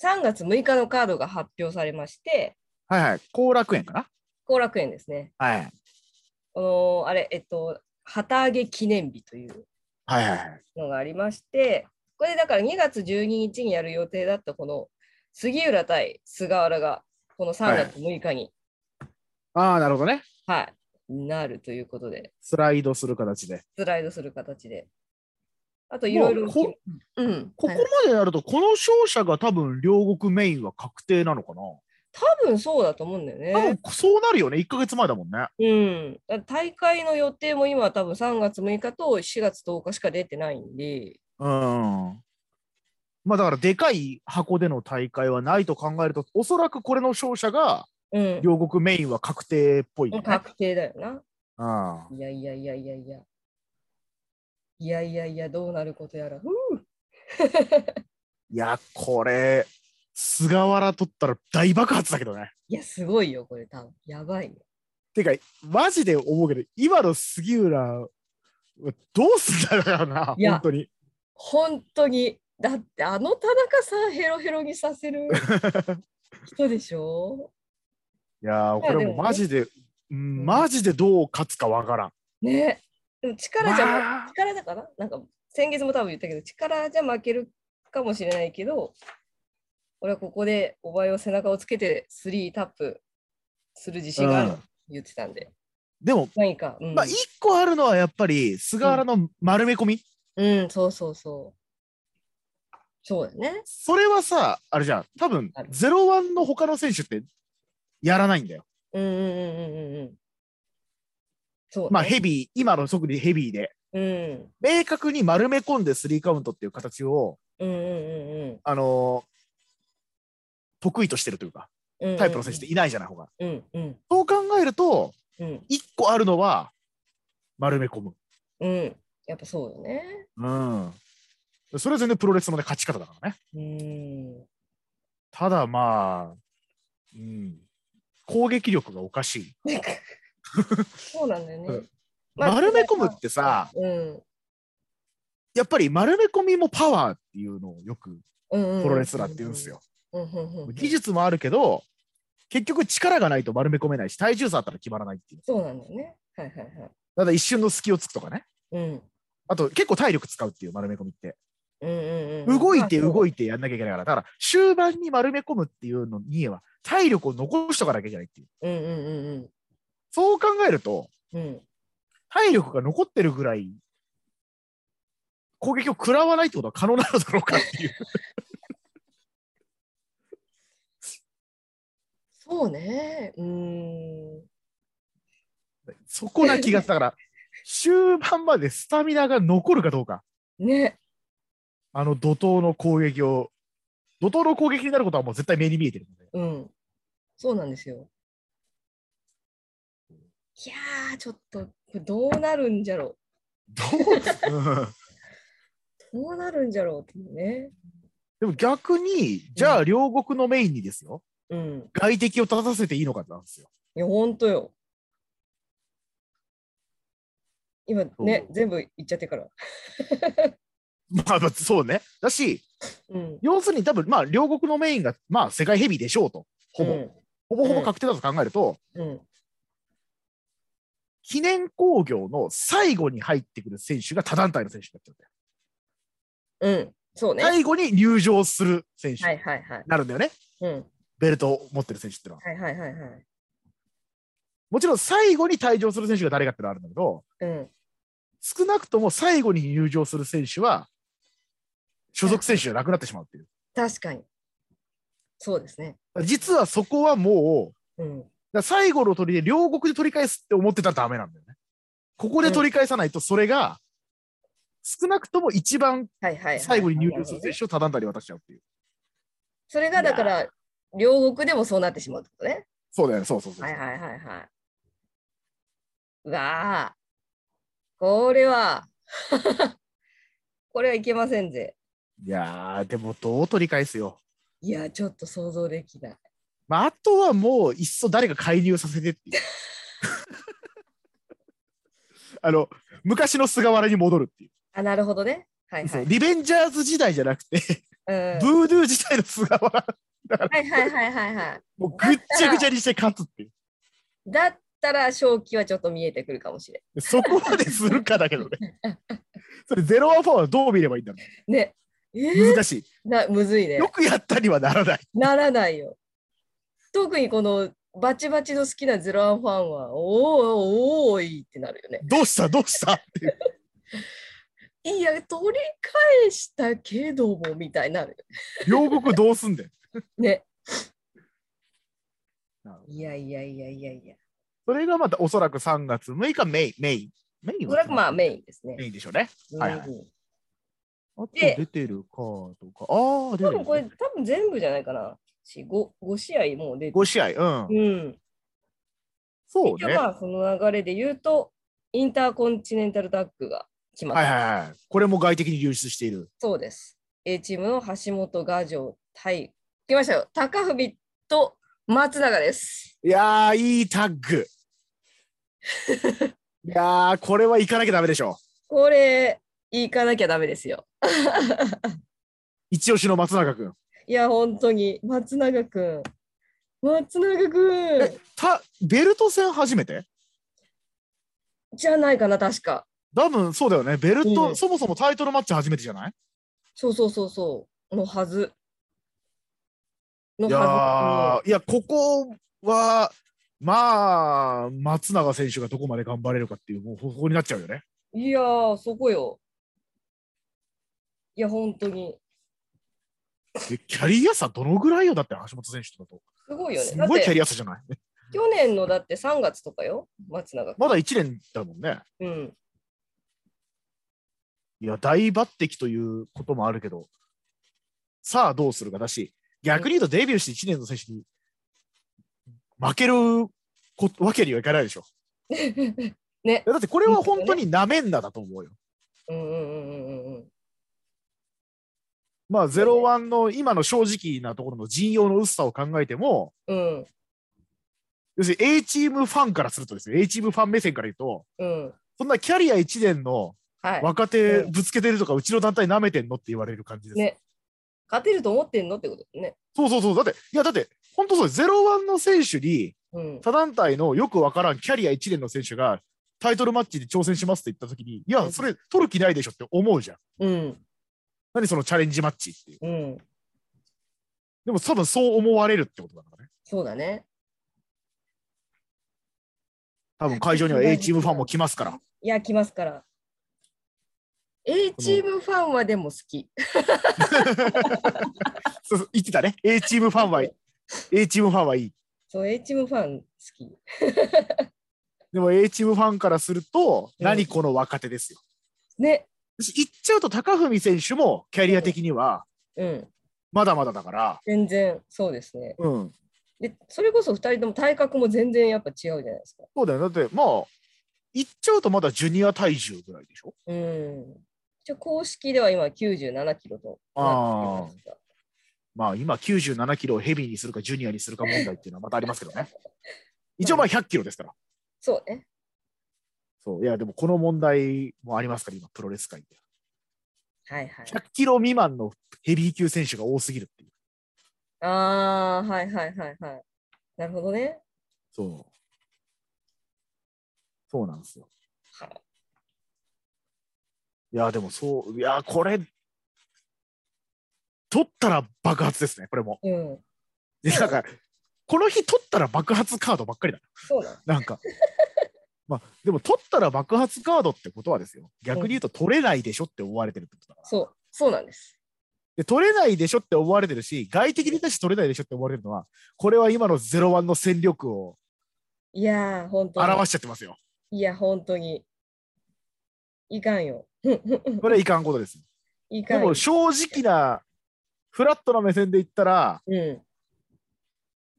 C: 3月6日のカードが発表されまして、
D: はいはい。後楽園かな
C: 後楽園ですね。
D: はいはい。
C: このあれ、えっと、旗揚げ記念日という
D: はいはいはい。
C: のがありまして、これだから2月12日にやる予定だったこの杉浦対菅原が、この3月6日に、
D: ああ、なるほどね。
C: はい、なるということで、
D: スライドする形で。
C: スライドする形で。あといろいろ。
D: もうこ
C: うん、
D: ここ
C: はい
D: までやると、この勝者が多分両国メインは確定なのかな。
C: 多分そうだと思うんだよ
D: 多
C: ね
D: 分。そうなるよね。1ヶ月前だもんね。
C: うん、だから大会の予定も今は多分3月6日と4月10日しか出てないんで、
D: うん。まあだからでかい箱での大会はないと考えると、おそらくこれの勝者が
C: うん、
D: 両国メインは確定っぽいよね。
C: 確定だよな。
D: うん
C: いやいやいやいやいや。いやいやいや、どうなることやら。うん
D: いや、これ、菅原取ったら大爆発だけどね。
C: いや、すごいよ、これ多分。やばいね。
D: てか、マジで思うけど、今の杉浦はどうすんだろうな、
C: いや
D: 本当に。
C: 本当に。だって、あの田中さんヘロヘロにさせ る人でしょ
D: いやー、これもうマジで、うん、マジでどう勝つかわからん。
C: ね。でも力じゃ、
D: まあ
C: 力だからなんか先月も多分言ったけど、力じゃ負けるかもしれないけど、俺はここでお前を背中をつけて3タップする自信がある、
D: うん
C: 言ってたんで。
D: でも、
C: 何か。うん、
D: まあ、一個あるのはやっぱり、菅原の丸め込み、
C: うん、そうそうそう。そうだね。
D: それはさ、あれじゃん、多分
C: ある
D: ゼロワンの他の選手ってやらないんだよ。
C: うんうんうんうんうんうん。そう、ね。
D: まあ、ヘビー、今の特にヘビーで、
C: うん。
D: 明確に丸め込んでスリーカウントっていう形を、
C: うんうんうん
D: あのー得意としてるというか、
C: うん。
D: タイプの選手っていないじゃない、ほが。
C: うんうん
D: そう考えると、
C: うん
D: 一個あるのは、丸め込む。
C: うん。やっぱそうよね。
D: うん。それは全然プロレスの、ね、勝ち方だからね。
C: うん。
D: ただまあ、うん、攻撃力がおかしい。
C: そうなんだよね。
D: うん丸め込むってさ、
C: うん。
D: やっぱり丸め込みもパワーっていうのをよく
C: うんうん、
D: プロレスラーって言うんですよ。
C: うんうんうん。
D: 技術もあるけど、結局力がないと丸め込めないし、体重差あったら決まらないっていう。
C: そうなんだよね。はいはいはい。
D: ただ一瞬の隙をつくとかね。
C: うん。
D: あと結構体力使うっていう丸め込みって。
C: うんうんうん、
D: 動いて動
C: いて。
D: いてやんなきゃいけないから。だから終盤に丸め込むっていうのには体力を残しとかなきゃいけないっていう。
C: うんうんうん
D: そう考えると、
C: うん。うん。
D: 体力が残ってるぐらい攻撃を食らわないってことは可能なのだろうかって いう。
C: そうね。うん。
D: そこな気がだから、終盤までスタミナが残るかどうか、
C: ね。
D: あの怒涛の攻撃を、怒涛の攻撃になることはもう絶対目に見えてるので、
C: うん。そうなんですよ。いやー、ちょっと、これどうなるんじゃろ
D: どう、うん
C: う。どうなるんじゃろうっていうね。
D: でも逆に、じゃあ両国のメインにですよ、
C: うん。
D: 外敵を立たせていいのかなんですよ。
C: いや、ほんとよ。今ね、
D: そう
C: 全部言っちゃってから。
D: まあまあ、そうね。だし、
C: うん。
D: 要するに多分、まあ両国のメインが、まあ世界ヘビーでしょうと、ほぼ、
C: うん
D: ほぼほぼ確定だと考えると、
C: うん。
D: 記念工業の最後に入ってくる選手が他団体の選手になっちゃうんだよ。
C: うん。そうね。はい
D: 最後に入場する選手
C: はい
D: に
C: はい。
D: なるんだよね、
C: うん。
D: ベルトを持ってる選手ってのは。
C: はいはいはいはい。
D: もちろん最後に退場する選手が誰かってのはあるんだけど、
C: うん。
D: 少なくとも最後に入場する選手は、所属選手じゃなくなってしまうっていう。
C: 確かに。そうですね。
D: 実はそこはもう、
C: うん。
D: だから最後の取りで両国で取り返すって思ってたらダメなんだよね。ここで取り返さないと、それが、少なくとも一番
C: はいはいはい、はい。
D: 最後に入場する選手を他団体に渡しちゃうっていう。
C: それがだから、両国でもそうなってしまうってことね。
D: そうだよね、そうそうそう。
C: はいはいはいはい。うわあ、これは、 これはいけませんぜ。
D: いやー、でもどう取り返すよ。
C: いや、ちょっと想像できない。
D: まあ、あとはもう、いっそ誰か介入させてっていう。 あの、昔の菅原に戻るっていう。
C: あ、なるほどね。はいは
D: そう
C: い。
D: リベンジャーズ時代じゃなくて、
C: うん、は
D: ブードゥー時代の菅原、
C: いはいはいはいはい。
D: もうぐっちゃぐちゃにして勝つっていう。
C: だったら勝機はちょっと見えてくるかもしれ
D: そこまでするかだけどね。それ、ゼロアファーはどう見ればいいんだろ
C: ん。ね。え
D: う。
C: ー、
D: 難し
C: なむずい
D: い。
C: ね
D: よ。くやったにはならない。
C: ならないよ。特にこのバチバチの好きなゼロワンファンは、おーおーいってなるよね。
D: どうしたどうしたっていう。
C: いや、取り返したけども、みたいになるよ
D: 両国どうすんだよ。
C: ね。
D: なるほど
C: いやいやいやいやいや。
D: それがまたおそらく3月6日メイン、メイン。メイン
C: お
D: は
C: そらくまあメインですね。
D: メインでしょうね。はいはい
C: うん
D: あと
C: で
D: 出てるかとか。ああ、出
C: 多
D: てる
C: 分これ、多分全部じゃないかな。4 5, 5試合もう出て
D: 5試合、うん。
C: うん。
D: そう
C: じ
D: ね。
C: ゃ
D: は
C: まあその流れで言うと、インターコンチネンタルタッグが決
D: い
C: まっ
D: は
C: た。
D: いはい。これも外的に流出している。
C: そうです。A チームの橋本雅城対来ましたよ。高文と松永です。
D: いやー、いいタッ グ。いやー、これは行かなきゃダメでしょ。
C: これ、行かなきゃダメですよ。
D: 一押しの松永君。
C: いや、本当に。松永くん。松永くん
D: えた、ベルト戦初めて
C: じゃないかな、確か。
D: 多分そうだよね。ベルト、
C: うん
D: そもそもタイトルマッチ初めてじゃない
C: そうそうそうそう。のはず。の
D: いや
C: は
D: ーいや、ここは、まあ、松永選手がどこまで頑張れるかっていう、もう、ここになっちゃうよね。
C: ず。いやー、そこよ。いや、本当に。
D: でキャリア差どのぐらいよ、だって橋本選手とかと。
C: すごいよね。
D: す
C: だっ
D: ごいキャ
C: て、
D: リア差じゃない。
C: 去年のだって3月とかよ、松永く
D: まだ1年だもんね。
C: ん。うん。
D: いや、大抜擢ということもあるけど、さあどうするかだし、逆に言うとデビューして1年の選手に負けるこわけにはいかないでしょ。
C: ね。
D: だってこれは本当になめんなだと思うよ。
C: うんうんうんうんうんうん。
D: まあ、ゼロワンの今の正直なところの陣容の薄さを考えても、
C: うん
D: 要するに A チームファンからするとですよ、A チームファン目線から言うと、
C: うん。
D: そんなキャリア1年の
C: はい。
D: 若手ぶつけてるとか、うちの団体舐めてんのって言われる感じです。
C: ね。勝てると思ってんのってことね。
D: そうそうそう、だって、いや、だって、本当そうです、ゼロワンの選手に、
C: うん。
D: 他団体のよくわからんキャリア1年の選手がタイトルマッチで挑戦しますって言ったときに、いや、それ取る気ないでしょって思うじゃん。
C: うん。
D: 何そのチャレンジマッチっていう。
C: うん。
D: でも多分そう思われるってことだからね。
C: そうだね。
D: 多分会場には A チームファンも来ますから。
C: いや、来ますから。A チームファンはでも好き。
D: そうそう言ってたね。A チームファンは A チームファンはいい。
C: そう、A チームファン好き。
D: でも A チームファンからすると、
C: うん
D: 何この若手ですよ。
C: ね。
D: 私言っちゃうと高文選手もキャリア的には
C: うん。
D: まだまだだから、
C: 全然、そうですね。
D: うん、
C: で、それこそ2人とも体格も全然やっぱ違うじゃないですか。
D: そうだよ。だってまあ、言っちゃうとまだジュニア体重ぐらいでしょ。
C: うん。一応公式では今97キロとなってきますが
D: まあ今97キロをヘビーにするかジュニアにするか問題っていうのはまたありますけどね。一応まあ100キロですから。
C: そうね。
D: そういやでもこの問題もありますから今プロレス界で。
C: はいはい。
D: 100キロ未満のヘビー級選手が多すぎるっていう。
C: ああ、はいはいはいはい。なるほどね。
D: そう。そうなんですよ。
C: はい
D: やでもそう、いやこれ、取ったら爆発ですね、これも。
C: い。うん。
D: でなんか、この日取ったら爆発カードばっかりだ
C: そうなの。
D: なんか。まあ、でも取ったら爆発カードってことはですよ。逆に言うと取れないでしょって思われてるってことだから。
C: そう。そうなんです。
D: で取れないでしょって思われてるし、外的に対して取れないでしょって思われるのは、これは今のゼロワンの戦力を
C: いやー、本当に。
D: 表しちゃってますよ。
C: いや、本当に。いかんよ。
D: これはいかんことです。
C: い
D: で
C: かんよ
D: も。正直な、フラットな目線で言ったら、
C: うん。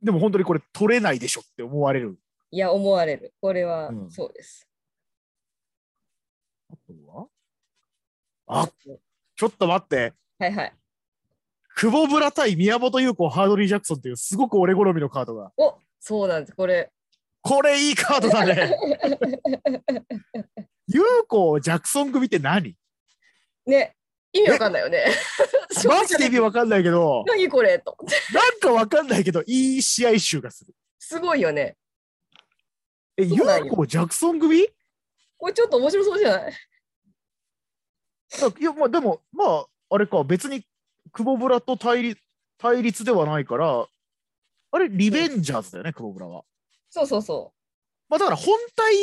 D: でも本当にこれ取れないでしょって思われる。
C: いや、思われる。これは
D: うん
C: そうです。
D: あとはあちょっと待って。
C: はいはい。
D: 久保村対宮本優子ハードリー・ジャクソンっていうすごく俺好みのカードが。
C: おそうなんです。これ。
D: これいいカード だね。優子ジャクソン組って何
C: ね。意味わかんないよね。
D: マジで意味わかんないけど、
C: 何これと。
D: なんかわかんないけど、いい試合集がする。
C: すごいよね。
D: え、
C: そ
D: 優
C: うなんよ
D: 子ジャクソン組い
C: これちょっと面白そうじゃない
D: や、まあでも、まあ、あれか、別に久保村と対立対立ではないから、あれ、リベンジャーズだよね、久保村は。
C: そうそうそ
D: まあだから本体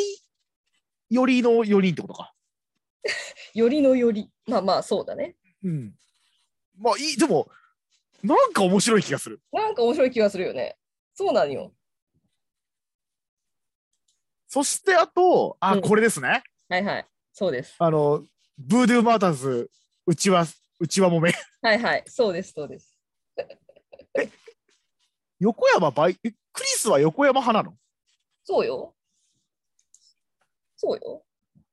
D: 寄りの4人ってことか。
C: う。よりのより。まあまあ、そうだね。
D: うん。まあいい、でも、なんか面白い気がする。
C: なんか面白い気がするよね。そうなんよ。
D: そしてあと、あ、
C: うん
D: これですね。
C: はいはい。そうです。
D: あの、ブードゥーマーターズ、うちは、うちはもめ。
C: はいはい。そうです。そうです。
D: 横山バイ、えクリスは横山派なの
C: そうよ。そうよ。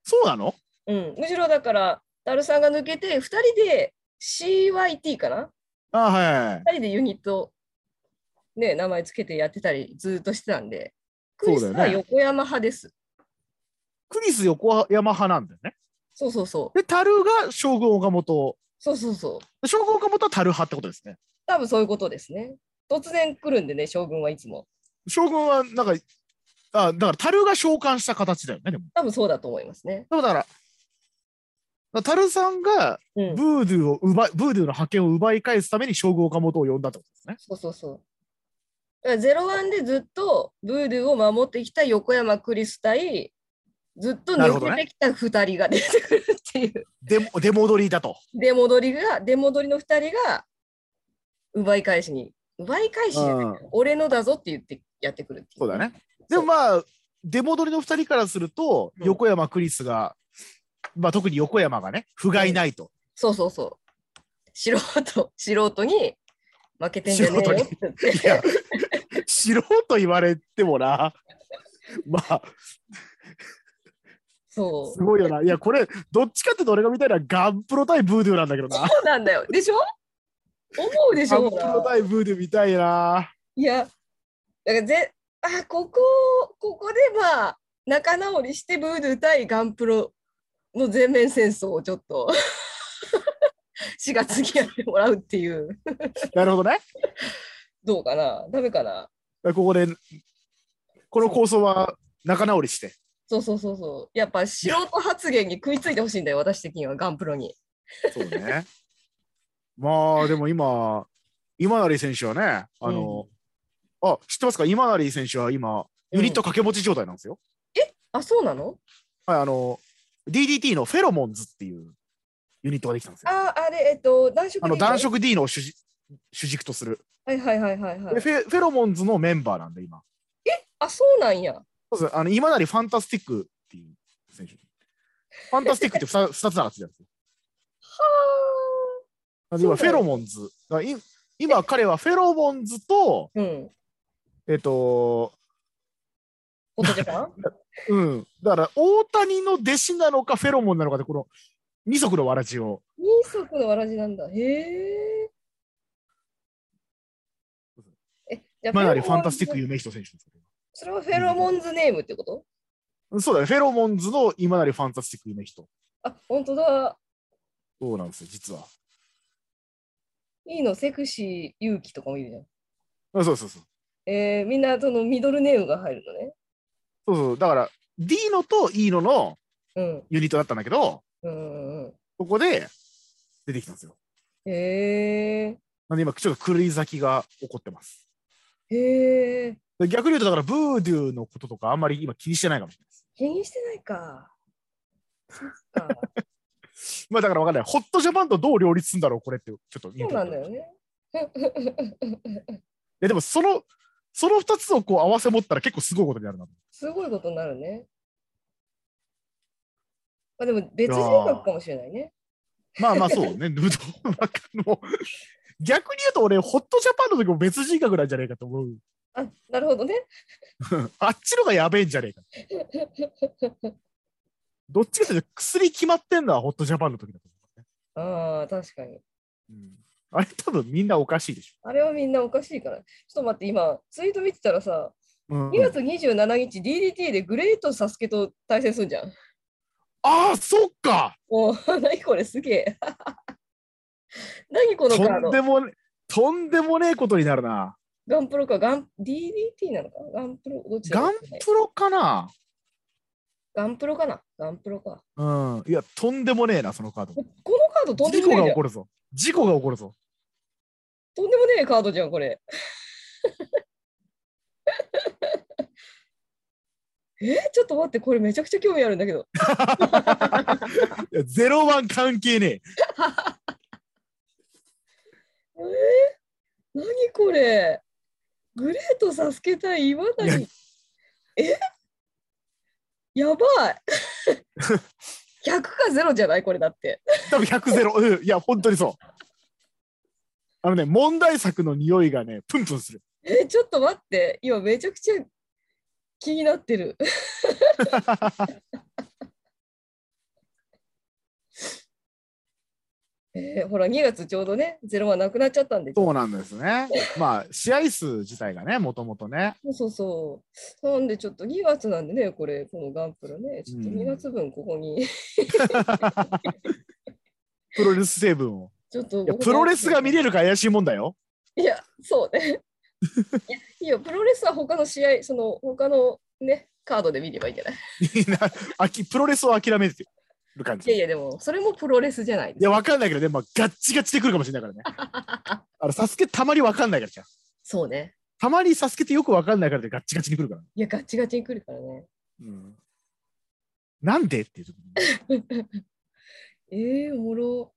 D: そうなの
C: うん、むしろだから、ダルさんが抜けて、2人で CYT かな
D: あはいはいはい。
C: ?2 人でユニットね、名前つけてやってたり、ずーっとしてたんで、ク
D: そう
C: リ
D: だ
C: ス
D: よね
C: は横山派です。
D: クリス横山派なんだよね。
C: そうそうそう。
D: で、樽が将軍岡本。
C: そうそうそう。
D: で将軍岡本は樽派ってことですね。
C: 多分そういうことですね。突然来るんでね、将軍はいつも。
D: 将軍は、なんか、あだから樽が召喚した形だよね、でも。
C: 多分そうだと思いますね。
D: でもだから、だから樽さんが
C: うん。
D: ブードゥーを奪い、ブードゥーの覇権を奪い返すために将軍岡本を呼んだってことですね。
C: そうそうそう。だからゼロワンでずっとブードゥを守ってきた横山クリス対ずっと
D: なるほど
C: 抜
D: ね
C: けてきた2人が出てくるって いう
D: で出戻りだと。
C: 出戻りが出戻りの2人が奪い返しに奪い返しじゃない
D: うん
C: 俺のだぞって言ってやってくるってい
D: そうだね。でもまあ、出戻りの2人からすると、
C: うん
D: 横山クリスが、まあ特に横山がね、不甲斐ないと。
C: そうそうそう素人素人に負けてんじゃねえよって言っ
D: いや
C: て、
D: 素人言われてもな、まあ、
C: そ
D: すごいよな。いや、これ、どっちかっていうと俺が見たいのはガンプロ対ブードゥーなんだけどな。
C: うなんだよでしょ思うでし
D: ガン
C: ょ
D: プロ対ブードゥー見たいな。
C: いや、だからぜあここここでまあ仲直りしてブードゥー対ガンプロの全面戦争をちょっと 4月にやってもらうっていう
D: なるほどね。
C: どうかなダメかな
D: ここで、この構想は仲直りして。
C: そうそうそうそうやっぱ素人発言に食いついてほしいんだよ私的にはガンプロに
D: そうね。 まあ、でも今、今成選手はね、あの、あ、知ってますか今成選手は今、ユニット掛け持ち状態なんですよ。
C: あそうなの
D: はい、あの、DDT のフェロモンズっていうユニットができたんですよ。
C: ああれえっと男色で
D: あの、
C: いいの
D: 男色 D の主軸主軸とする、
C: はいはいはいはいは
D: で
C: い
D: フェ。フェロモンズのメンバーなんで、今。
C: あそうなんや
D: そうですあの今なりファンタスティックっていう選手。ファンタスティックって2つながってたんですよ。なんで今、フ
C: そう
D: ェ
C: だよ
D: ロモンズ。だからい今、彼はフェロモンズと、
C: うん
D: えっと、
C: フォトジャパン
D: うん、だから大谷の弟子なのか、フェロモンなのかで、この二足のわらじを。
C: 二足のわらじなんだ。へえ。え、じゃ
D: 今なりファンタスティック
C: フェロモンズ
D: 夢人選手です。
C: それはフェロモンズネームってこと
D: そうだね、フェロモンズの今なりファンタスティック夢人。
C: あ、本当だ。
D: そうなんですよ、実は。
C: いいの、セクシー、勇気とかも言うじゃん。
D: あそうそうそう。
C: えー、みんなそのミドルネームが入るのね。
D: そうそうだから、ディーノとイーノの
C: うん。
D: ユニットだったんだけど、
C: うんうんう
D: ここで出てきたんですよ。
C: ん。へ
D: なんで今、ちょっと狂い咲きが起こってます。
C: え。へえ。
D: で逆に言うと、だから、ブーデューのこととか、あんまり今気にしてないかもしれないです。
C: 気にしてないか。そっ か。
D: まあ、だからわかんない。ホットジャパンとどう両立するんだろう、これって、ちょっと
C: そうなんだよ
D: い
C: ね。
D: や、でも、その、その2つをこう合わせ持ったら結構すごいことになるな。
C: すごいことになるね。まあでも別人格かもしれないね。
D: まあまあ、そうね。ぶどうわかんもう逆に言うと、 俺、ホットジャパンの時も別人格なんじゃねえかと思う。
C: あ、なるほどね。
D: あっちのがやべえんじゃね えか。どっちかというと、薬決まってんのはホットジャパンの時だと思うね、
C: ああ、確かに。
D: うんあれ、多分みんなおかしいでし
C: あれはみんなおかしいから。ちょっと待って、今、ツイート見てたらさ、
D: ょ。うん
C: 2月27日、DDT でグレートサスケと対戦するじゃん。
D: ああ、そっか
C: もう、 何これすげえ。何このカー
D: と
C: ド
D: んでもね、とんでもねえことになるな。
C: ガンプロか、ガン、DDT なのかガンプロ、どっちだ
D: ガ
C: ろ
D: ン
C: う
D: プロかな
C: ガンプロかなガンプロか。
D: うん。いや、とんでもねえな、そのカード。
C: このカードとんで
D: 事
C: も
D: 故
C: ねえじゃ
D: が起
C: ん。
D: こるぞ。事故が起こるぞ。
C: とんでもねえカードじゃん、これ。 えちょっと待って、これめちゃくちゃ興味あるんだけど。
D: いやゼロワン関係ねえ。
C: えー、何これグレートサスケ対岩谷えやばい100か0じゃないこれだって
D: 多分100ゼロ。うん。いや、本当にそう。あのね、問題作の匂いがね、プンプンする。
C: えちょっと待って今めちゃくちゃ気になってる
D: い
C: えーほら、2月ちょうどね、ゼロはなくなっちゃったんで。
D: そうなんですね。まあ、試合数自体がね、もともとね。
C: そうそうそう。なんでちょっと2月なんでね、これ、このガンプラね、ちょっと
D: うん
C: 2月分ここに、
D: プロレス成分を。
C: ちょっと
D: いや、プロレスが見れるか怪しいもんだよ。
C: いや、そうね。いや、いいよ、プロレスは他の試合、その他のね、カードで見ればいいんじゃない
D: みんなあきプロレスを諦めてる感
C: い
D: じ。
C: やいや、でも、それもプロレスじゃないで
D: い
C: す
D: や、
C: か。
D: わかんないけど、でも、ガッチガチで来るかもしれないからね。 あの、サスケたまにわかんないからじゃん。
C: そうね。
D: たまにサスケってよくわかんないからでガッチガチに来るから。
C: いや、ガチガチに来るからね。
D: うん。なんでっていう時に。
C: えー、おもろ。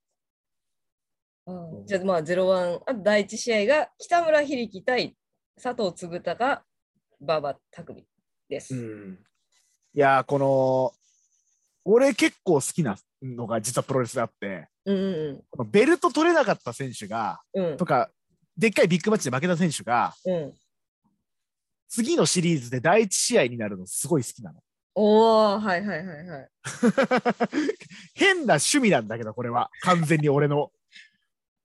C: あーじゃあ、まあ、ゼロワン、あと第一試合が北村響樹対佐藤嗣隆、馬場拓海です。
D: うん。いやー、この、俺結構好きなのが実はプロレスであって、
C: うんうん
D: このベルト取れなかった選手が、
C: うん
D: とか、でっかいビッグマッチで負けた選手が、
C: うん。
D: 次のシリーズで第一試合になるのすごい好きなの。
C: おおはいはいはいはい。
D: 変な趣味なんだけど、これは。完全に俺 の。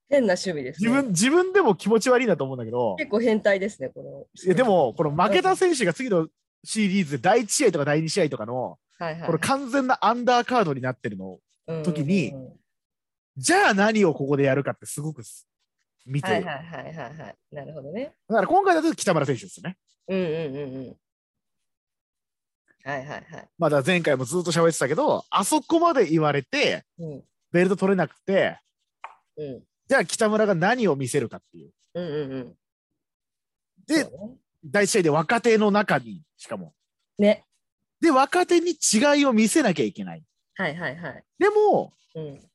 C: 変な趣味です、ね。
D: 自分、自分でも気持ち悪いなと思うんだけど、
C: 結構変態ですね、この。
D: いやで、も、この負けた選手が次のシリーズで第1試合とか第2試合とかの、
C: はいはい、
D: この完全なアンダーカードになってるのを、時に
C: うんうんうん
D: じゃあ何をここでやるかってすごくす見て
C: は
D: る。
C: いはいはいはいはい。なるほどね。
D: だから今回だと北村選手ですよね。
C: うんうんうんうん。はいはいはい。
D: まあだから前回もずっと喋ってたけど、あそこまで言われて、
C: うん
D: ベルト取れなくて、
C: うん
D: じゃあ北村が何を見せるかっていう。
C: うんうんうん。
D: で
C: そう、ね
D: 第1試合で若手の中に、しかも。
C: ね。
D: で、若手に違いを見せなきゃいけない。
C: はいはいはい。
D: でも、
C: うん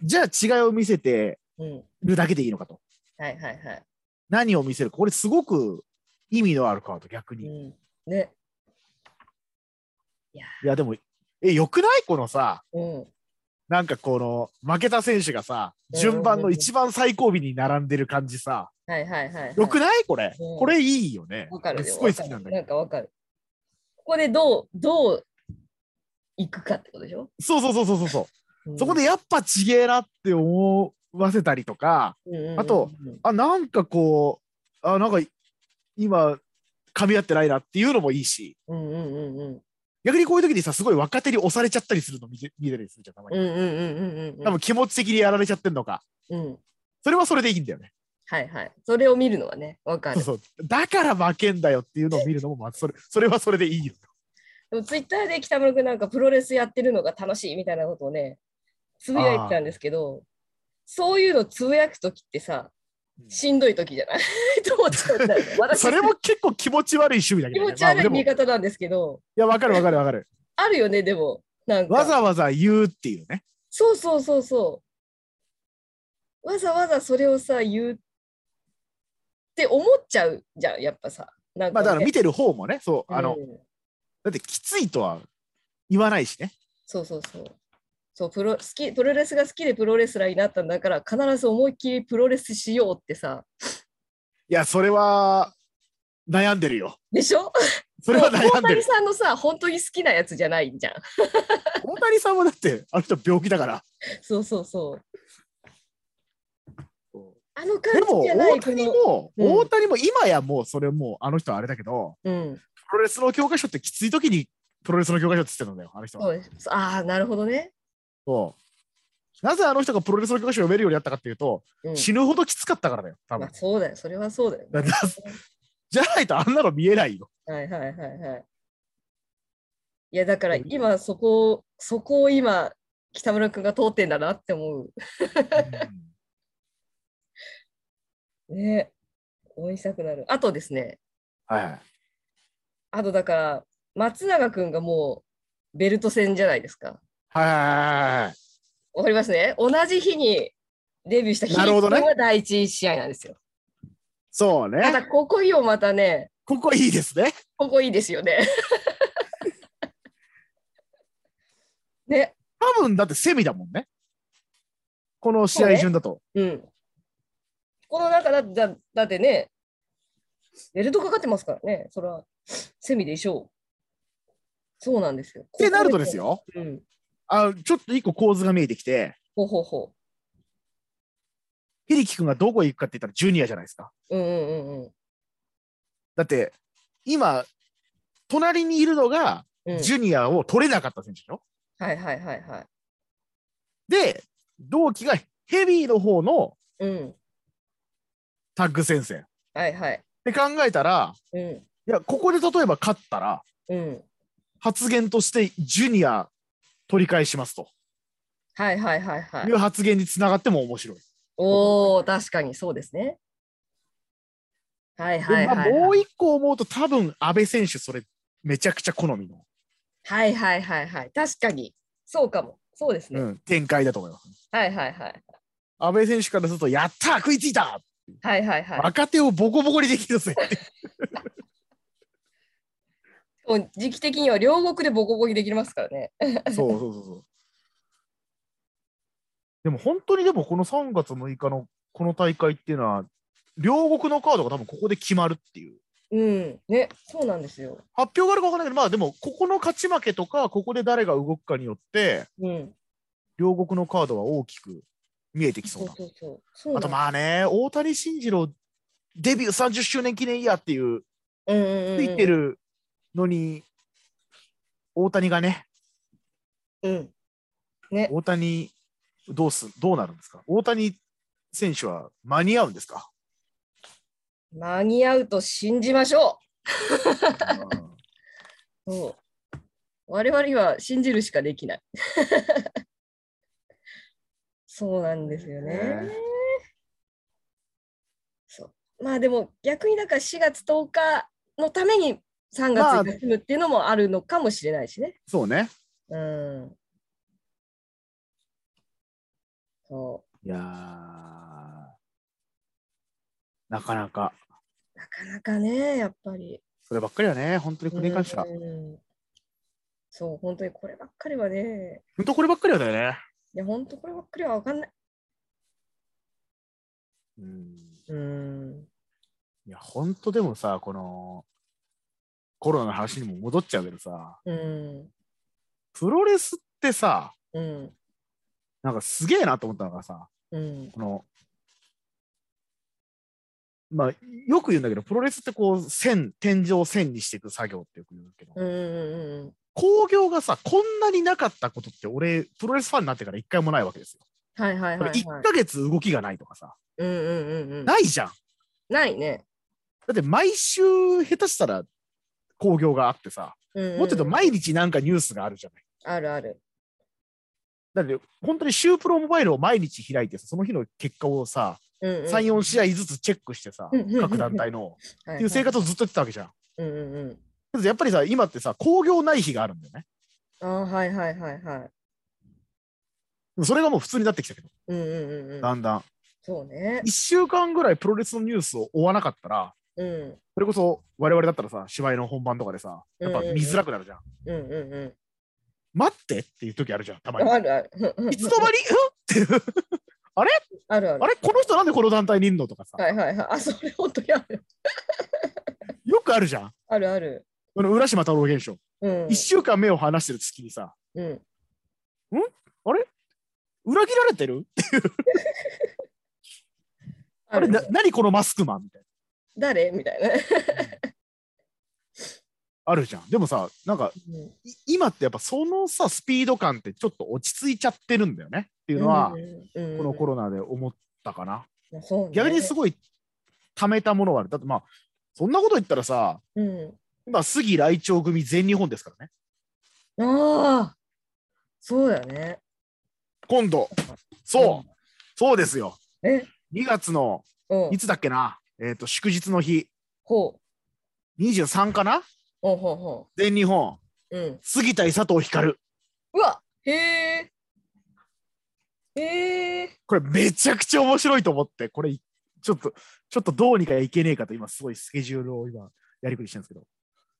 D: じゃあ違いを見せて
C: うん。
D: るだけでいいのかと。
C: はいはいはい。
D: 何を見せるか。これすごく意味のあるカード、逆
C: う
D: に。
C: ん、ね。
D: いや、でも、え、よくないこのさ、
C: うん。
D: なんかこの、負けた選手がさ、
C: うん
D: 順番の一番最後尾に並んでる感じさ、
C: はいはいはい、はい。
D: よくないこれ。
C: うん
D: これいいよね
C: わか。るよ。
D: すごい好きなん
C: わか
D: だ
C: る
D: けど。
C: なんかわかる。ここでどう、どう行くかってことでしょ、
D: そうそうそうそうそうそうう。
C: ん
D: そこでやっぱちげえなって思わせたりとか、
C: うんうんうんうん
D: あと、あ、なんかこう、あ、なんか今、噛み合ってないなっていうのもいいし、
C: うんうんうんうん。
D: 逆にこういう時にさ、すごい若手に押されちゃったりするの見て見てたりするじゃん、たま
C: う
D: に。
C: んうんうんうんうん。
D: 多分気持ち的にやられちゃってんのか。
C: うん。
D: それはそれでいいんだよね。
C: はいはい。それを見るのはね、わか
D: そ
C: る
D: う。そう。だから負けんだよっていうのを見るのも、まあ、それ、それはそれでいいよ。
C: でもツイッターで北村君なんかプロレスやってるのが楽しいみたいなことをね、つぶやいてたんですけど、そういうのつぶやくときってさ、しんどいときじゃない と思っちゃうんだよね。私
D: それも結構気持ち悪い趣味だけ
C: 気
D: ど、ね。
C: 持ち悪い
D: まあ
C: 見
D: でも
C: 方なんですけど、
D: いや、わかるわかるわかる。
C: あるよね、でも。なんか
D: わざわざ言うっていうね。
C: そうそうそうそう。わざわざそれをさ、言うって思っちゃうじゃん、やっぱさ。なん
D: まあ、だから
C: ね
D: 見てる方もね、そう、あの、
C: うん
D: だってきついとは言わないしね。
C: そうそうそう。そうプロ好きプロレスが好きでプロレスラーになったんだから必ず思いっきりプロレスしようってさ
D: いや、それは悩んでるよ。
C: でしょ
D: それは悩
C: 大
D: んで
C: 谷
D: る。
C: さんのさ本当に好きなやつじゃないじゃん
D: 大谷さんはだって、あの人病気だから。
C: そうそうそう
D: で
C: あの感
D: も、
C: じじゃな
D: 大
C: いこ
D: 谷
C: の
D: も、
C: うん
D: 大谷も今やもう、それもう、あの人はあれだけど、
C: うん
D: プロレスの教科書ってきつい時に、プロレスの教科書って言ってたんだよ、あの人は
C: そうですああなるほどね、
D: そう。なぜあの人がプロレスの教科書を読めるようになったかっていうと、
C: うん
D: 死ぬほどきつかったからだよ、多
C: ま
D: 分
C: あ、。そうだよそれはそうだよ、
D: だだじゃないとあんなの見えないよ。
C: はいはいはいはいいやだから今そこをそこを今北村君が通ってんだなって思うね応援したくなるあとですね
D: はい。
C: あとだから、松永くんがもうベルト戦じゃないですか。
D: は
C: わかりますね。同じ日にデビューした日
D: なるほどね
C: が第一試合なんですよ。
D: い。そう
C: た
D: ね。
C: だ、ここよ、またね、
D: ここいいですね。
C: ここいいですよね。 ね、
D: 多分だってセミだもんね。この試合順だと。
C: うん。この中だだだってね、ベルトかかってますからね、それはセミでしょう。そうなんですよ。
D: ってなるとです
C: よ。
D: よ。
C: うん。
D: あちょっと一個構図が見えてきて、
C: ほうほうほ
D: 響輝くんがどこへ行くかって言ったらジュニアじゃないですか。
C: うんうんうん
D: だって、今、隣にいるのが、
C: うん。
D: ジュニアを取れなかった選手でしょ、
C: はいはいはいはい。
D: で、同期がヘビーの方の
C: うん。
D: タッグ戦線。っ
C: はいはい。
D: て考えたら、
C: うん。
D: いや、ここで例えば勝ったら、
C: うん。
D: 発言としてジュニア取り返しますと
C: はいはいはいはいい。
D: う発言につながっても面白い。
C: おお、確かにそうですね。はい
D: で
C: はいはい、
D: まあも
C: は
D: う
C: い。
D: 一個思うと多分安倍選手それめちゃくちゃ好みの、
C: はいはいはいはい。確かに。そうかも。そうですね。
D: うん展開だと思います。
C: はいはいはい。
D: 安倍選手からするとやったー食いついた
C: はいはいはい。
D: 若手をボコボコにできるぜって
C: もう時期的には両国でボコボコにできますからね。
D: そうそうそうそうでも本当にでもこの3月6日のこの大会っていうのは両国のカードが多分ここで決まるっていう
C: うん。ね、そうなんですよ。
D: 発表があるか分からないけどまあでもここの勝ち負けとかここで誰が動くかによって
C: うん。
D: 両国のカードは大きく見えてきそうだ
C: そうそう。そう
D: あと
C: あ、
D: まあね、大谷慎次郎、デビュー30周年記念イヤーっていう、
C: うんうんうんうん、
D: ついて。るのに、大谷がね、
C: うん。
D: 大谷、どうす、どうなるんですか大谷選手は間に合うんですか、
C: 間に合うと信じましょ
D: う
C: う。
D: ん
C: そう我々は信じるしかできない。 そうなんですよね
D: ね。
C: そうまあでも逆にだから4月10日のために3
D: まあ
C: 月に休むっていうのもあるのかもしれないしね。
D: そうね。
C: うん。そ
D: いやーなかなか、
C: うなかなかねやっぱり。
D: そればっかりはね、本当にこれに関しては。本
C: うんそう本当にこればっかりはね
D: 当こればっかりはだよね。
C: いや本当こればっかりは分かんない。
D: うん
C: うん。
D: いや、本当でもさ、この、コロナの話にも戻っちゃうけどさ、
C: うん。
D: プロレスってさ、
C: うん。
D: なんかすげえなと思ったのがさ、
C: うん。
D: この、まあ、よく言うんだけど、プロレスってこう、線、天井を線にしていく作業ってよく言うけど、
C: うん。うん。
D: 興行がさ、こんなになかったことって、俺、プロレスファンになってから一回もないわけですよ。
C: はいはいはい、はい。
D: 1ヶ月動きがないとかさ、
C: うんうんうんうん。
D: ないじゃん。
C: ないね。
D: だって毎週下手したら興行があってさ、
C: うんうんうん
D: もっと言うと毎日なんかニュースがあるじゃない。
C: あるある。
D: だって本当にシュープロモバイルを毎日開いてさその日の結果をさ、
C: うんうん、
D: 3、4試合ずつチェックしてさ、
C: うんうん
D: 各団体の、
C: は
D: っていう生活をずっとやってたわけじゃん。
C: うんうんうん。
D: けどやっぱりさ、今ってさ、興行ない日があるんだよね。
C: ああ、はいはいはいはい。
D: でもそれがもう普通になってきたけど、
C: うんうんうんうん。
D: だんだん。
C: そうね。
D: 1週間ぐらいプロレスのニュースを追わなかったら、
C: うん
D: それこそ我々だったらさ、芝居の本番とかでさ、やっぱ見づらくなるじゃん。
C: うんうんう
D: 待ってっていう時あるじゃん、たま
C: ん。
D: に。
C: あるある。
D: いつの間に、 うんっていう、
C: あるある。
D: あれ、この人なんでこの団体にいるのとかさ、
C: はいはいはい。あ、それ本当にある。
D: よくあるじゃん。
C: あるある。
D: この浦島太郎現象。
C: うん
D: 1。週間目を離してる月にさ、
C: うん、
D: 裏切られてる
C: あ
D: あれ
C: る
D: な何このマスクマンみたいな。
C: 誰みたいな。
D: あるじゃん。でもさ、なんか
C: うん
D: い今ってやっぱそのさ、スピード感ってちょっと落ち着いちゃってるんだよねっていうのは、
C: うん
D: このコロナで思ったかな。
C: ナ。そうね
D: 逆にすごい貯めたものはある。だってまあ、そんなこと言ったらさ、
C: うん。
D: 今、杉来長組全日本ですからね。
C: ああ。そうだね。
D: 今度、そう、そうですよ。
C: え
D: 2月の、
C: うん
D: い。つだっけな、えっ、と、祝日の日、
C: ほ
D: 23かな
C: う。ほうほうほ
D: 全日本、
C: う。うん。
D: 杉対佐藤光。
C: うわへえ。へえ。
D: これめちゃくちゃ面白いと思って、これいちょっと、ちょっとどうにかいけねえかと今すごいスケジュールを今やりくりしてるんですけど、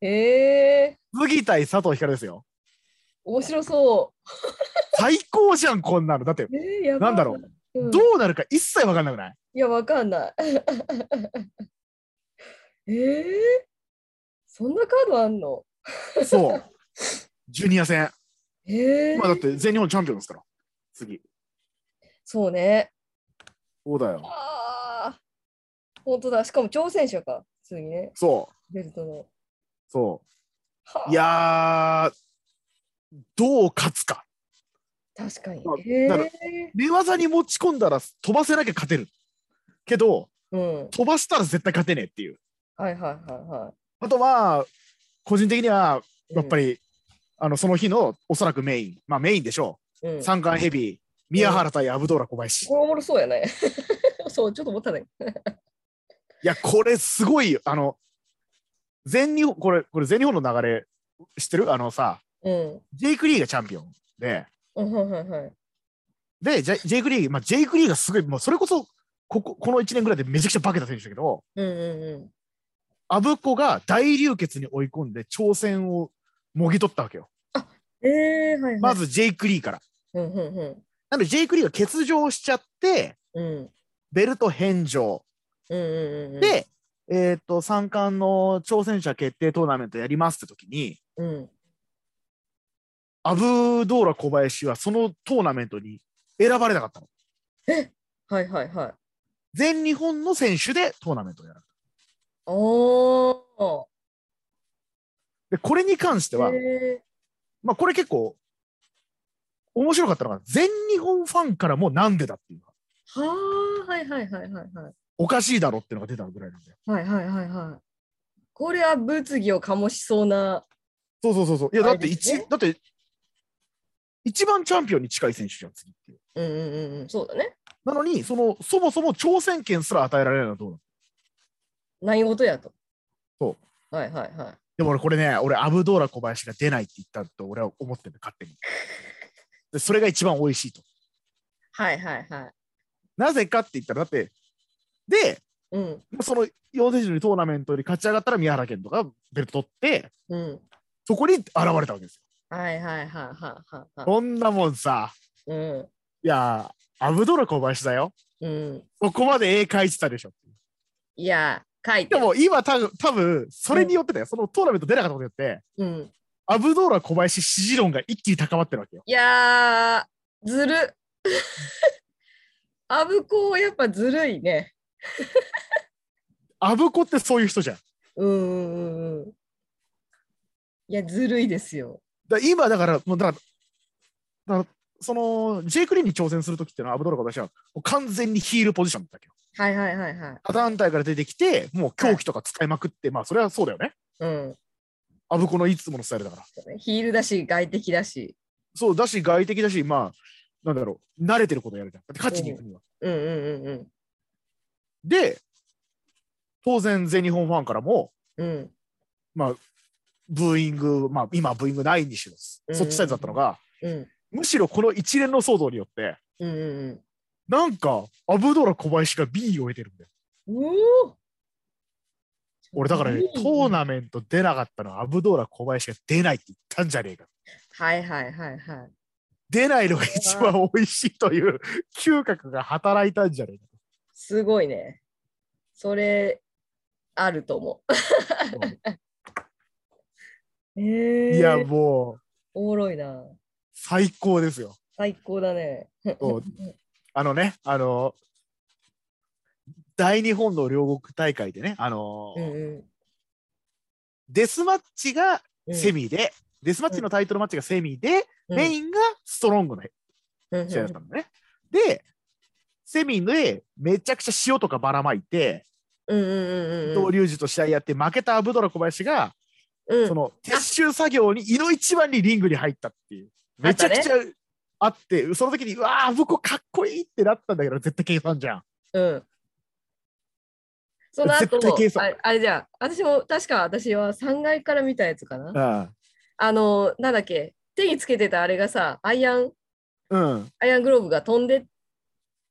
C: へえ。
D: 杉対佐藤光ですよ。
C: 面白そ
D: 最高じゃん、こんなの。だって
C: う。、えー、やば
D: なんだろ
C: う。ん
D: どうなるか一切わかんなくない
C: いや、わかんない。 えー、そんなカードあんの
D: そう。ジュニア戦。
C: えー
D: まあだって全日本チャンピオンですから。次。
C: そうね。
D: そうだよ。
C: ああ。本当だ。しかも挑戦者か。普通にね。
D: そう。
C: ベルトの。
D: そ
C: はあ
D: う。い。やー、どう勝つか。
C: 確かに
D: まあ。
C: へえ
D: だから寝技に持ち込んだら飛ばせなきゃ勝てる。けど、
C: うん。
D: 飛ばしたら絶対勝てねえっていう。
C: はいはいはいは
D: あとは、個人的には、
C: い。
D: やっぱ
C: り。
D: り、あのその日のおそらくメイン、まあメインでしょ
C: う
D: う。
C: ん、こ
D: 三冠ヘビー、宮原対アブドーラ小林。い
C: れおもろそうやね。 そう、ちょっと思ったね。
D: や、これすごいよ。あの、全日本、これ、これ全日本の流れ、知ってるあのさ、
C: うん。
D: ジェイク・リーがチャンピオンで、
C: うんはいはいはい。
D: で、ジェジェイク・リー、まあ、ジェイク・リーがすごい、もうそれこそここ、この1年ぐらいでめちゃくちゃ化けた選手だけど、
C: うんう
D: アブコが大流血に追い込んで挑戦をもぎ取ったわけよ。
C: んうん。ええはいはい。
D: ま。ずジェイク・リーから。
C: うんうんう
D: なので、ジェイク・リーが欠場しちゃって、
C: ん。うん。
D: ベルト返上。
C: うんうんうん。、
D: で、えっと、三冠の挑戦者決定トーナメントやりますって時に、
C: うん。
D: アブドーラ小林はそのトーナメントに選ばれなかったの。
C: はいはいはい。
D: 全日本の選手でトーナメントをやる。
C: おお。
D: で、これに関しては、
C: へ
D: まあ、これ結構面白かったのが全日本ファンからもなんでだっていうのが
C: ーはあ、はいはいはいはいはい。
D: おかしいだろっていうのが出たぐらいなんだよ。
C: はいはいはいはい。これは物議を醸しそうな。
D: そうそうそうそう。いやだって
C: あれです
D: 一、
C: ね
D: だって一番チャンピオンに近い選手じゃん次っていう。
C: うんうんうんうん、そうだね。
D: なのにそのそもそも挑戦権すら与えられないのはどうなの
C: 何事やと。。
D: そう
C: はいはいはい。
D: でも俺これね俺アブドーラ小林が出ないって言ったと俺は思ってる勝手に。でそれが一番美味しいと。
C: はいはいはい。
D: なぜかって言ったらだってで
C: うん
D: その4選手のトーナメントに勝ち上がったら宮原健とかベルト取って
C: うん。
D: そこに現れたわけですよ
C: はいはいはいはいはいはい。
D: こんなもんさ、
C: うん
D: いやー、アブドラ小林だよ。
C: うん。
D: ここまで絵描いてたでしょ。
C: いや、書いて
D: で
C: る。
D: も今多分、多分それによってだよ、そのトーナメント出なかったことによって、
C: うん。
D: アブドーラ小林支持論が一気に高まってるわけよ。
C: いやー、ずる。 あぶこやっぱずるいね。
D: アブコってそういう人じゃん。
C: うんうんうんうん。いや、ずるいですよ。
D: だ今だから、もうだから、だからその、ジェイク・リーンに挑戦するときっていうのは、アブドーラ小林はもう完全にヒールポジションだったわけど。
C: はいはいはいはい。
D: 他団体から出てきて、もう狂気とか使いまくって、まあそれはそうだよね。
C: うん。
D: アブコのいつものスタイルだから。
C: ヒールだし、外敵だし。
D: そうだし、外的だし、まあ、なんだろう、慣れてることやるじゃん。だって勝ちに行くには。
C: うんうんうん
D: で、当然全日本ファンからも、
C: うん。うん。
D: ブーイング、まあ今はブーイングないにしろ、
C: うん
D: そっちサイズだったのが、
C: うん。
D: むしろこの一連の騒動によって、
C: うんうん
D: なんか、アブドラ小林が B を得てるんだよ。
C: うん。うお
D: 俺だからね、トーナメント出なかったのはアブドラ小林が出ないって言ったんじゃねえか。
C: はいはいはいはい。
D: 出ないのが一番美味しいという嗅覚が働いたんじゃねえか。
C: すごいね。それ、あると思う。 えー、
D: いや、もう、
C: おもろいな。
D: 最高ですよ。
C: 最高だね。
D: そうあのね、あの、大日本の両国大会でね、あの、
C: うんう
D: デスマッチが
C: ん。
D: セミで、デスマッチのタイトルマッチがセミで、メイ
C: ン
D: ンがストロングの試合だったのね。で、セミでめちゃくちゃ塩とかばらまいて、
C: うんうんうんうん
D: 同龍二と試合やって負けたアブドラ小林が、
C: うん。
D: その撤収作業に井の一番にリングに入ったっていう、めちゃくちゃあって、その時に、うわあ、アブコかっこいいってなったんだけど、絶対計算じゃん。
C: うん。その後
D: 絶対計算
C: ああれじゃあ、私も確か私は3階から見たやつかな。あの、なんだっけ、手につけてたあれがさ、アイアン、
D: うん。うん。
C: アイアングローブが飛んでっ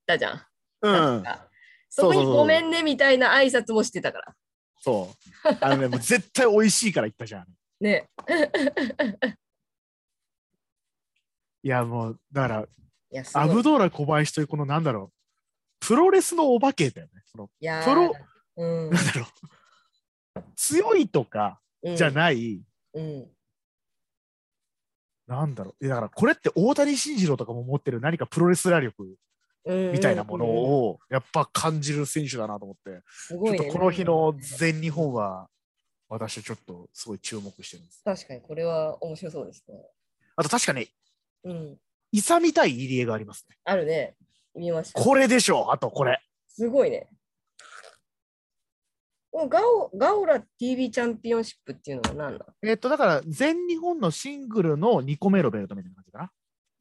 C: たじゃん。
D: う
C: 確。
D: ん
C: かそこ
D: そう
C: に
D: そうそう
C: ごめんねみたいな挨拶もしてたから。
D: そう。あのね、もう絶対美味しいから言ったじゃん。
C: ね。
D: いや、もう、だから、
C: いや、すごい
D: アブドーラ小林というこのなんだろう、プロレスのお化けだよね。その
C: いやー
D: プロ
C: うん
D: なんだろう、強いとか
C: うん、
D: じゃない、
C: うん。
D: なんだろう、いやだからこれって大谷慎次郎とかも持ってる何かプロレスラー力
C: うん
D: みたいなものをやっぱ感じる選手だなと思って、
C: す
D: ち
C: ご
D: ょっ
C: い
D: と
C: ね
D: この日の全日本は私はちょっとすごい注目してるんです。
C: 確かにこれは面白そうですね。
D: あと確かに、
C: うん、
D: イサみたい入江がありますね。
C: あるね。見ました。
D: これでしょう、あとこれ。
C: すごいね。このガオガオラ TV チャンピオンシップっていうのは何だ
D: えっと、だから全日本のシングルの2個目のベルトみたいな感じかな。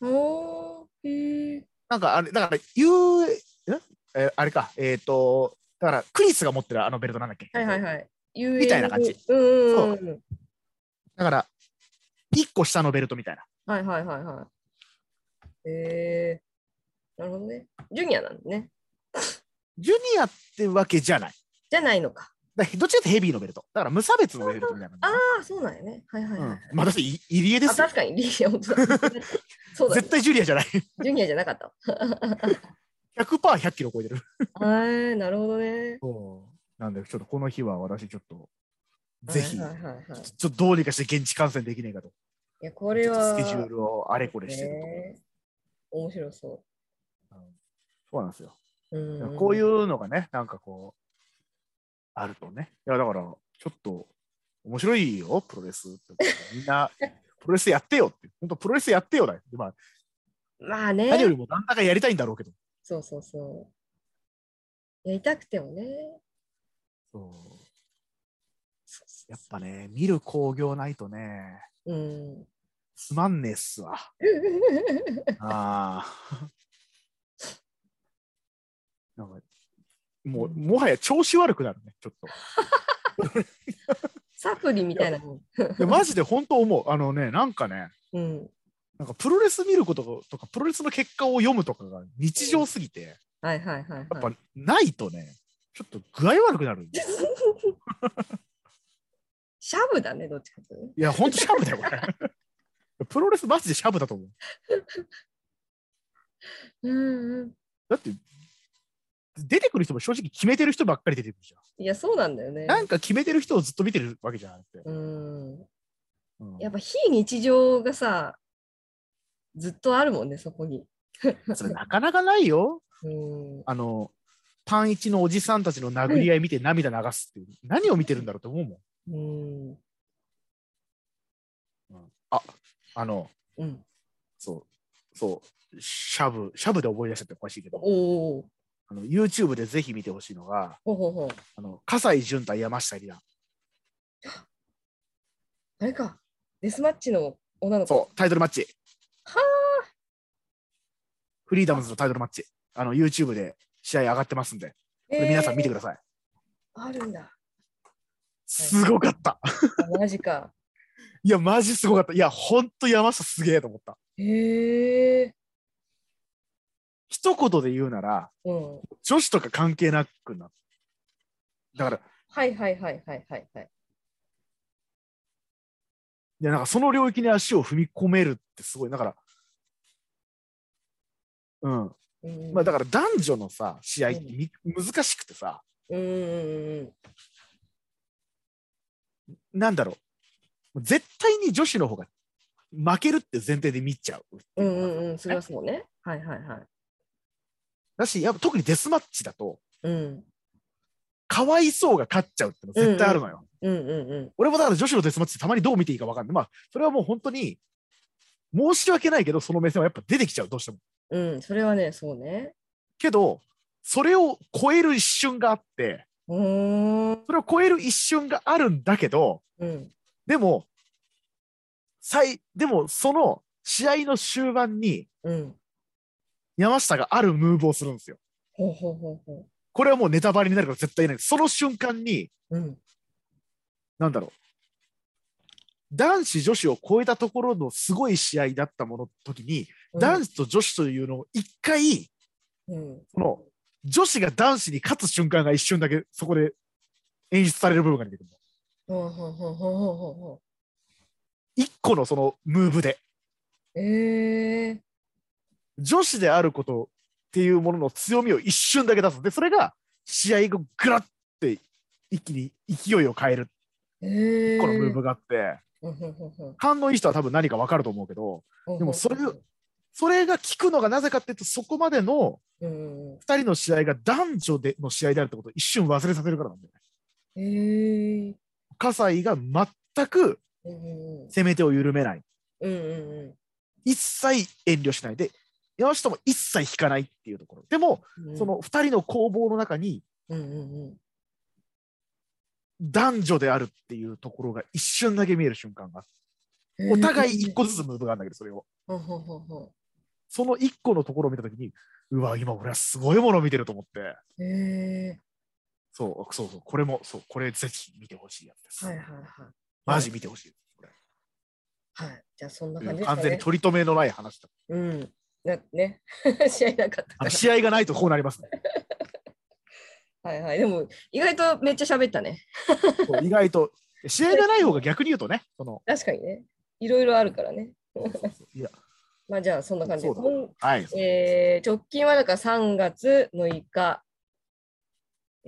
C: おーへえ。
D: なんかあれ、だから、ゆう、んえあれか、えっ、と、だからクリスが持ってるあのベルトなんだっけ。
C: はいはいはい。
D: みたいな感じ
C: UAE うんうんうん。
D: だから、1個下のベルトみたいな。
C: はいはいはいはい。へえ。なるほどね。ジュニアなんだね。
D: ジュニアってわけじゃない。
C: じゃないのか。
D: だからどっちかっていうとヘビーのベルト。だから無差別のベルトみたいな
C: あ
D: 感
C: あ、そうなんやね。はいはい
D: じ。う
C: はい。
D: ん、まあ、だってい入江で
C: あ
D: すよ。
C: 確かに、リーダー、本当 だ。そうだ、ね
D: 絶、対ジュニアじゃない。
C: ジュニアじゃなかったわ。
D: 100%100 キロ超えて る。
C: はい、なるほどね。
D: なんで、ちょっとこの日は私ちょっと、ぜひ、ち
C: はい
D: ょ
C: はいはいはい、
D: っとどうにかして現地観戦できないかと。
C: いや、これ
D: ちょっ
C: は。
D: とスケジュールをあれこれしてるところ。
C: ね面白そ
D: そうなんですよ。
C: う。うん、。
D: こういううのがね、なんかこう、あるとね。いや、だから、ちょっと、面白いよ、プロレスって。み んな、プロレスやってよって。本当、プロレスやってよだよ。まあ、
C: まあ
D: 何よ
C: ね。
D: りも、なんだかやりたいんだろうけど。
C: そうそうそう。やりたくてもね。
D: そう
C: そうそう
D: やっぱね、見る興行ないとね、
C: うん。
D: つまんねえっすわ。ああ。 なんか、もう、もはや調子悪くなるね、ちょっと。
C: サプリみたいなもん。
D: いやマジで本当思う。あのね、なんかね、
C: うん。
D: なんかプロレス見ることとか、プロレスの結果を読むとかが日常すぎて、
C: はいはいはい、はい。
D: やっぱないとね、ちょっと具合悪くなるんだよ。
C: シャブだね、どっちかというとね。
D: いや、ほんとシャブだよ、これ。プロレスマジでシャブだと思う。
C: うんうん。
D: だって、出てくる人も正直決めてる人ばっかり出てくるじゃん。
C: いや、そうなんだよね。
D: なんか決めてる人をずっと見てるわけじゃんあれって。
C: うん。
D: うん
C: やっぱ非日常がさ、ずっとあるもんね、そこに。
D: それなかなかないよ。
C: うん。
D: あの、パン一のおじさんたちの殴り合い見て涙流すっていう。何を見てるんだろうと思うも
C: うん。
D: ん。あ、あの、
C: うん。
D: そう、そう、シャブ、シャブで思い出したっておかしいけど、
C: おお。
D: あの YouTube でぜひ見てほしいのが、
C: ほうほうほう。
D: あの、葛西潤対山下里奈。
C: あれか。デスマッチの女の子。
D: そう、タイトルマッチ。
C: は
D: フリーダムズのタイトルマッチ。あの、YouTube で試合上がってますんで、これ皆さん見てください。
C: あるんだ。
D: すごかった。
C: あマジか。
D: いや、マジすごかった。いや、ほんと山下すげえと思った。
C: へえ。
D: 一言で言うなら、
C: うん。
D: 女子とか関係なくなだから、い
C: はいはいはいはいはいはい。
D: や、なんかその領域に足を踏み込めるってすごい。だから、うん。
C: うん
D: まあだから男女のさ、試合ってみ難しくてさ、
C: うんうんうん。
D: なんだろう。絶対に女子の方が負けるって前提で見ちゃうって
C: う
D: い
C: ん
D: うのが。
C: うんうん。それはそうね。はいはいはい。
D: だし、やっぱ特にデスマッチだと、
C: うん。
D: かわいそうが勝っちゃうっての絶対あるのよ。
C: うんうんうん。
D: 俺もだから女子のデスマッチってたまにどう見ていいか分かんない。まあ、それはもう本当に、申し訳ないけど、その目線はやっぱ出てきちゃう、どうしても。
C: うん。それはね、そうね。
D: けど、それを超える一瞬があって、
C: うーん。
D: それを超える一瞬があるんだけど、
C: うん。
D: でも、最、でもその試合の終盤に
C: うん。
D: 山下があるムーブをするんですよ。
C: ほうほうほうほ
D: これはもうネタバレになるから絶対ない。その瞬間に、
C: う。うん。
D: なんだろう。男子女子を超えたところのすごい試合だったもの時に、男子と女子というのを一回、
C: うん。
D: その女子が男子に勝つ瞬間が一瞬だけそこで演出される部分が出てくるの。
C: ほうほうほうほうほうほうほ
D: 一個のそのムーブで。
C: う。ええ。
D: 女子であることっていうものの強みを一瞬だけ出す。で、それが試合後、ぐらって一気に勢いを変える、
C: ええ。
D: このムーブがあって、
C: うんうんうんうん
D: 感のいい人は多分何か分かると思うけど、
C: うんうんうん
D: でもそれをそれが効くのがなぜかっていうと、そこまでの
C: うん。
D: 2人の試合が男女での試合であるってことを一瞬忘れさせるからなんだよね。
C: へえ。
D: 葛西が全く
C: うん
D: 攻め手を緩めない。
C: うんうん
D: 一切遠慮しないで、山下も一切引かないっていうところ。でも、
C: うん。
D: その2人の攻防の中に
C: うんうん
D: 男女であるっていうところが一瞬だけ見える瞬間があって
C: うん。
D: お互い1個ずつムーブがあるんだけど、それを。
C: ほうほうほうほ
D: その1個のところを見たときに、うわ、今俺はすごいものを見てると思って、
C: う。へえ。
D: そう、そうそう、これも、そう、これぜひ見てほしいやつです。
C: はいはいはい。
D: マジ見てほしい。これ
C: はい。じゃあそんな
D: う
C: 感じ
D: ん
C: ですか
D: 完全に
C: ね。
D: 取り留めのない話だ。
C: うん。なね。 試合なかった
D: あ
C: か
D: の試合がないとこうなりますね。
C: ら。はいはい。でも意外とめっちゃ喋ったね。
D: そう意外と。試合がない方が逆に言うとね、その、
C: 確かにね。いろいろあるからね。
D: いや、
C: まあじゃあそんな感じで。
D: そうだ
C: 今
D: はい。
C: えー直近はだから3月6日。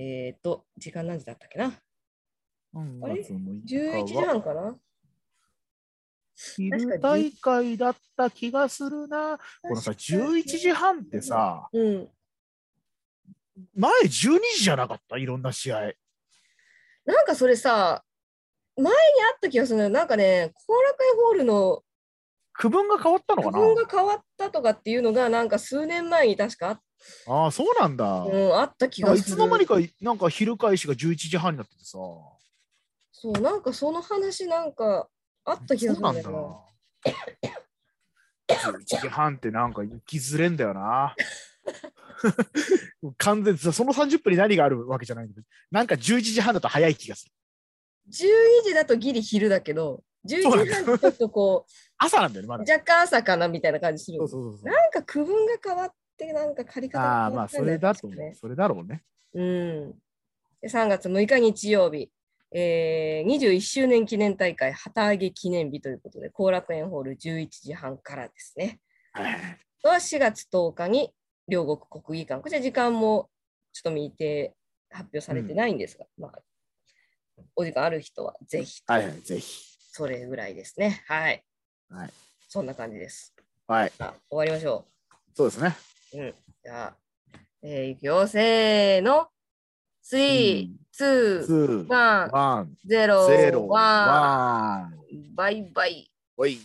C: えっ、と、時間何時だったっけな
D: 3
C: あれ
D: 月の
C: 11時
D: は
C: 半かな
D: 昼大会だった気がするな。このさ、11時半ってさ、
C: うん。
D: 前12時じゃなかったいろんな試合。
C: なんかそれさ、前にあった気がするんだよ。なんかね、後楽園ホールの
D: 区分が変わったの
C: 区
D: か
C: 分
D: な
C: が変わったとかっていうのが、なんか数年前に確か
D: ああ、そうなんだ。
C: あ,、うん、あった気
D: なんか
C: が
D: い
C: する。
D: つの間にか、なんか昼開始が11時半になっててさ。
C: そう、なんかその話、なんかあった気が
D: そ
C: する
D: うなんん
C: だ
D: だ
C: よな。。
D: 11時半ってなんか行きづれんだ よな。完全にその30分に何があるわけじゃないんだけど、なんか11時半だと早い気がする。
C: 12時だとギリ昼だけど、11時半ってちょっとこ
D: 朝なんだよね、ま
C: う、
D: だ。
C: 若干朝かなみたいな感じする。
D: そうそうそうそう。
C: なんか区分が変わって、なんか借り方
D: あ
C: が
D: あ、
C: 変
D: ま
C: わ
D: あ、
C: った
D: そ
C: んじゃないで
D: れだ
C: す
D: と
C: か
D: 思
C: ね
D: う。それだろうね。
C: うん、で3月6日日曜日、えー、21周年記念大会旗揚げ記念日ということで後楽園ホール11時半からですね。は4月10日に両国国技館こちら時間もちょっと未定発表されてないんですが、まあ、お時間ある人はぜひ
D: はいはい、ぜひ。
C: それぐらいですね。はい、
D: はい、
C: そんな感じです。
D: はい、
C: さあ終わりましょ
D: そうですね。
C: う。じゃあ、えー、いくよせーの3、2、
D: ツ
C: 1。
D: ー、ワン、
C: ゼロ
D: ゼロ、
C: ワ
D: ワン。
C: ンバイバイ。
D: おい。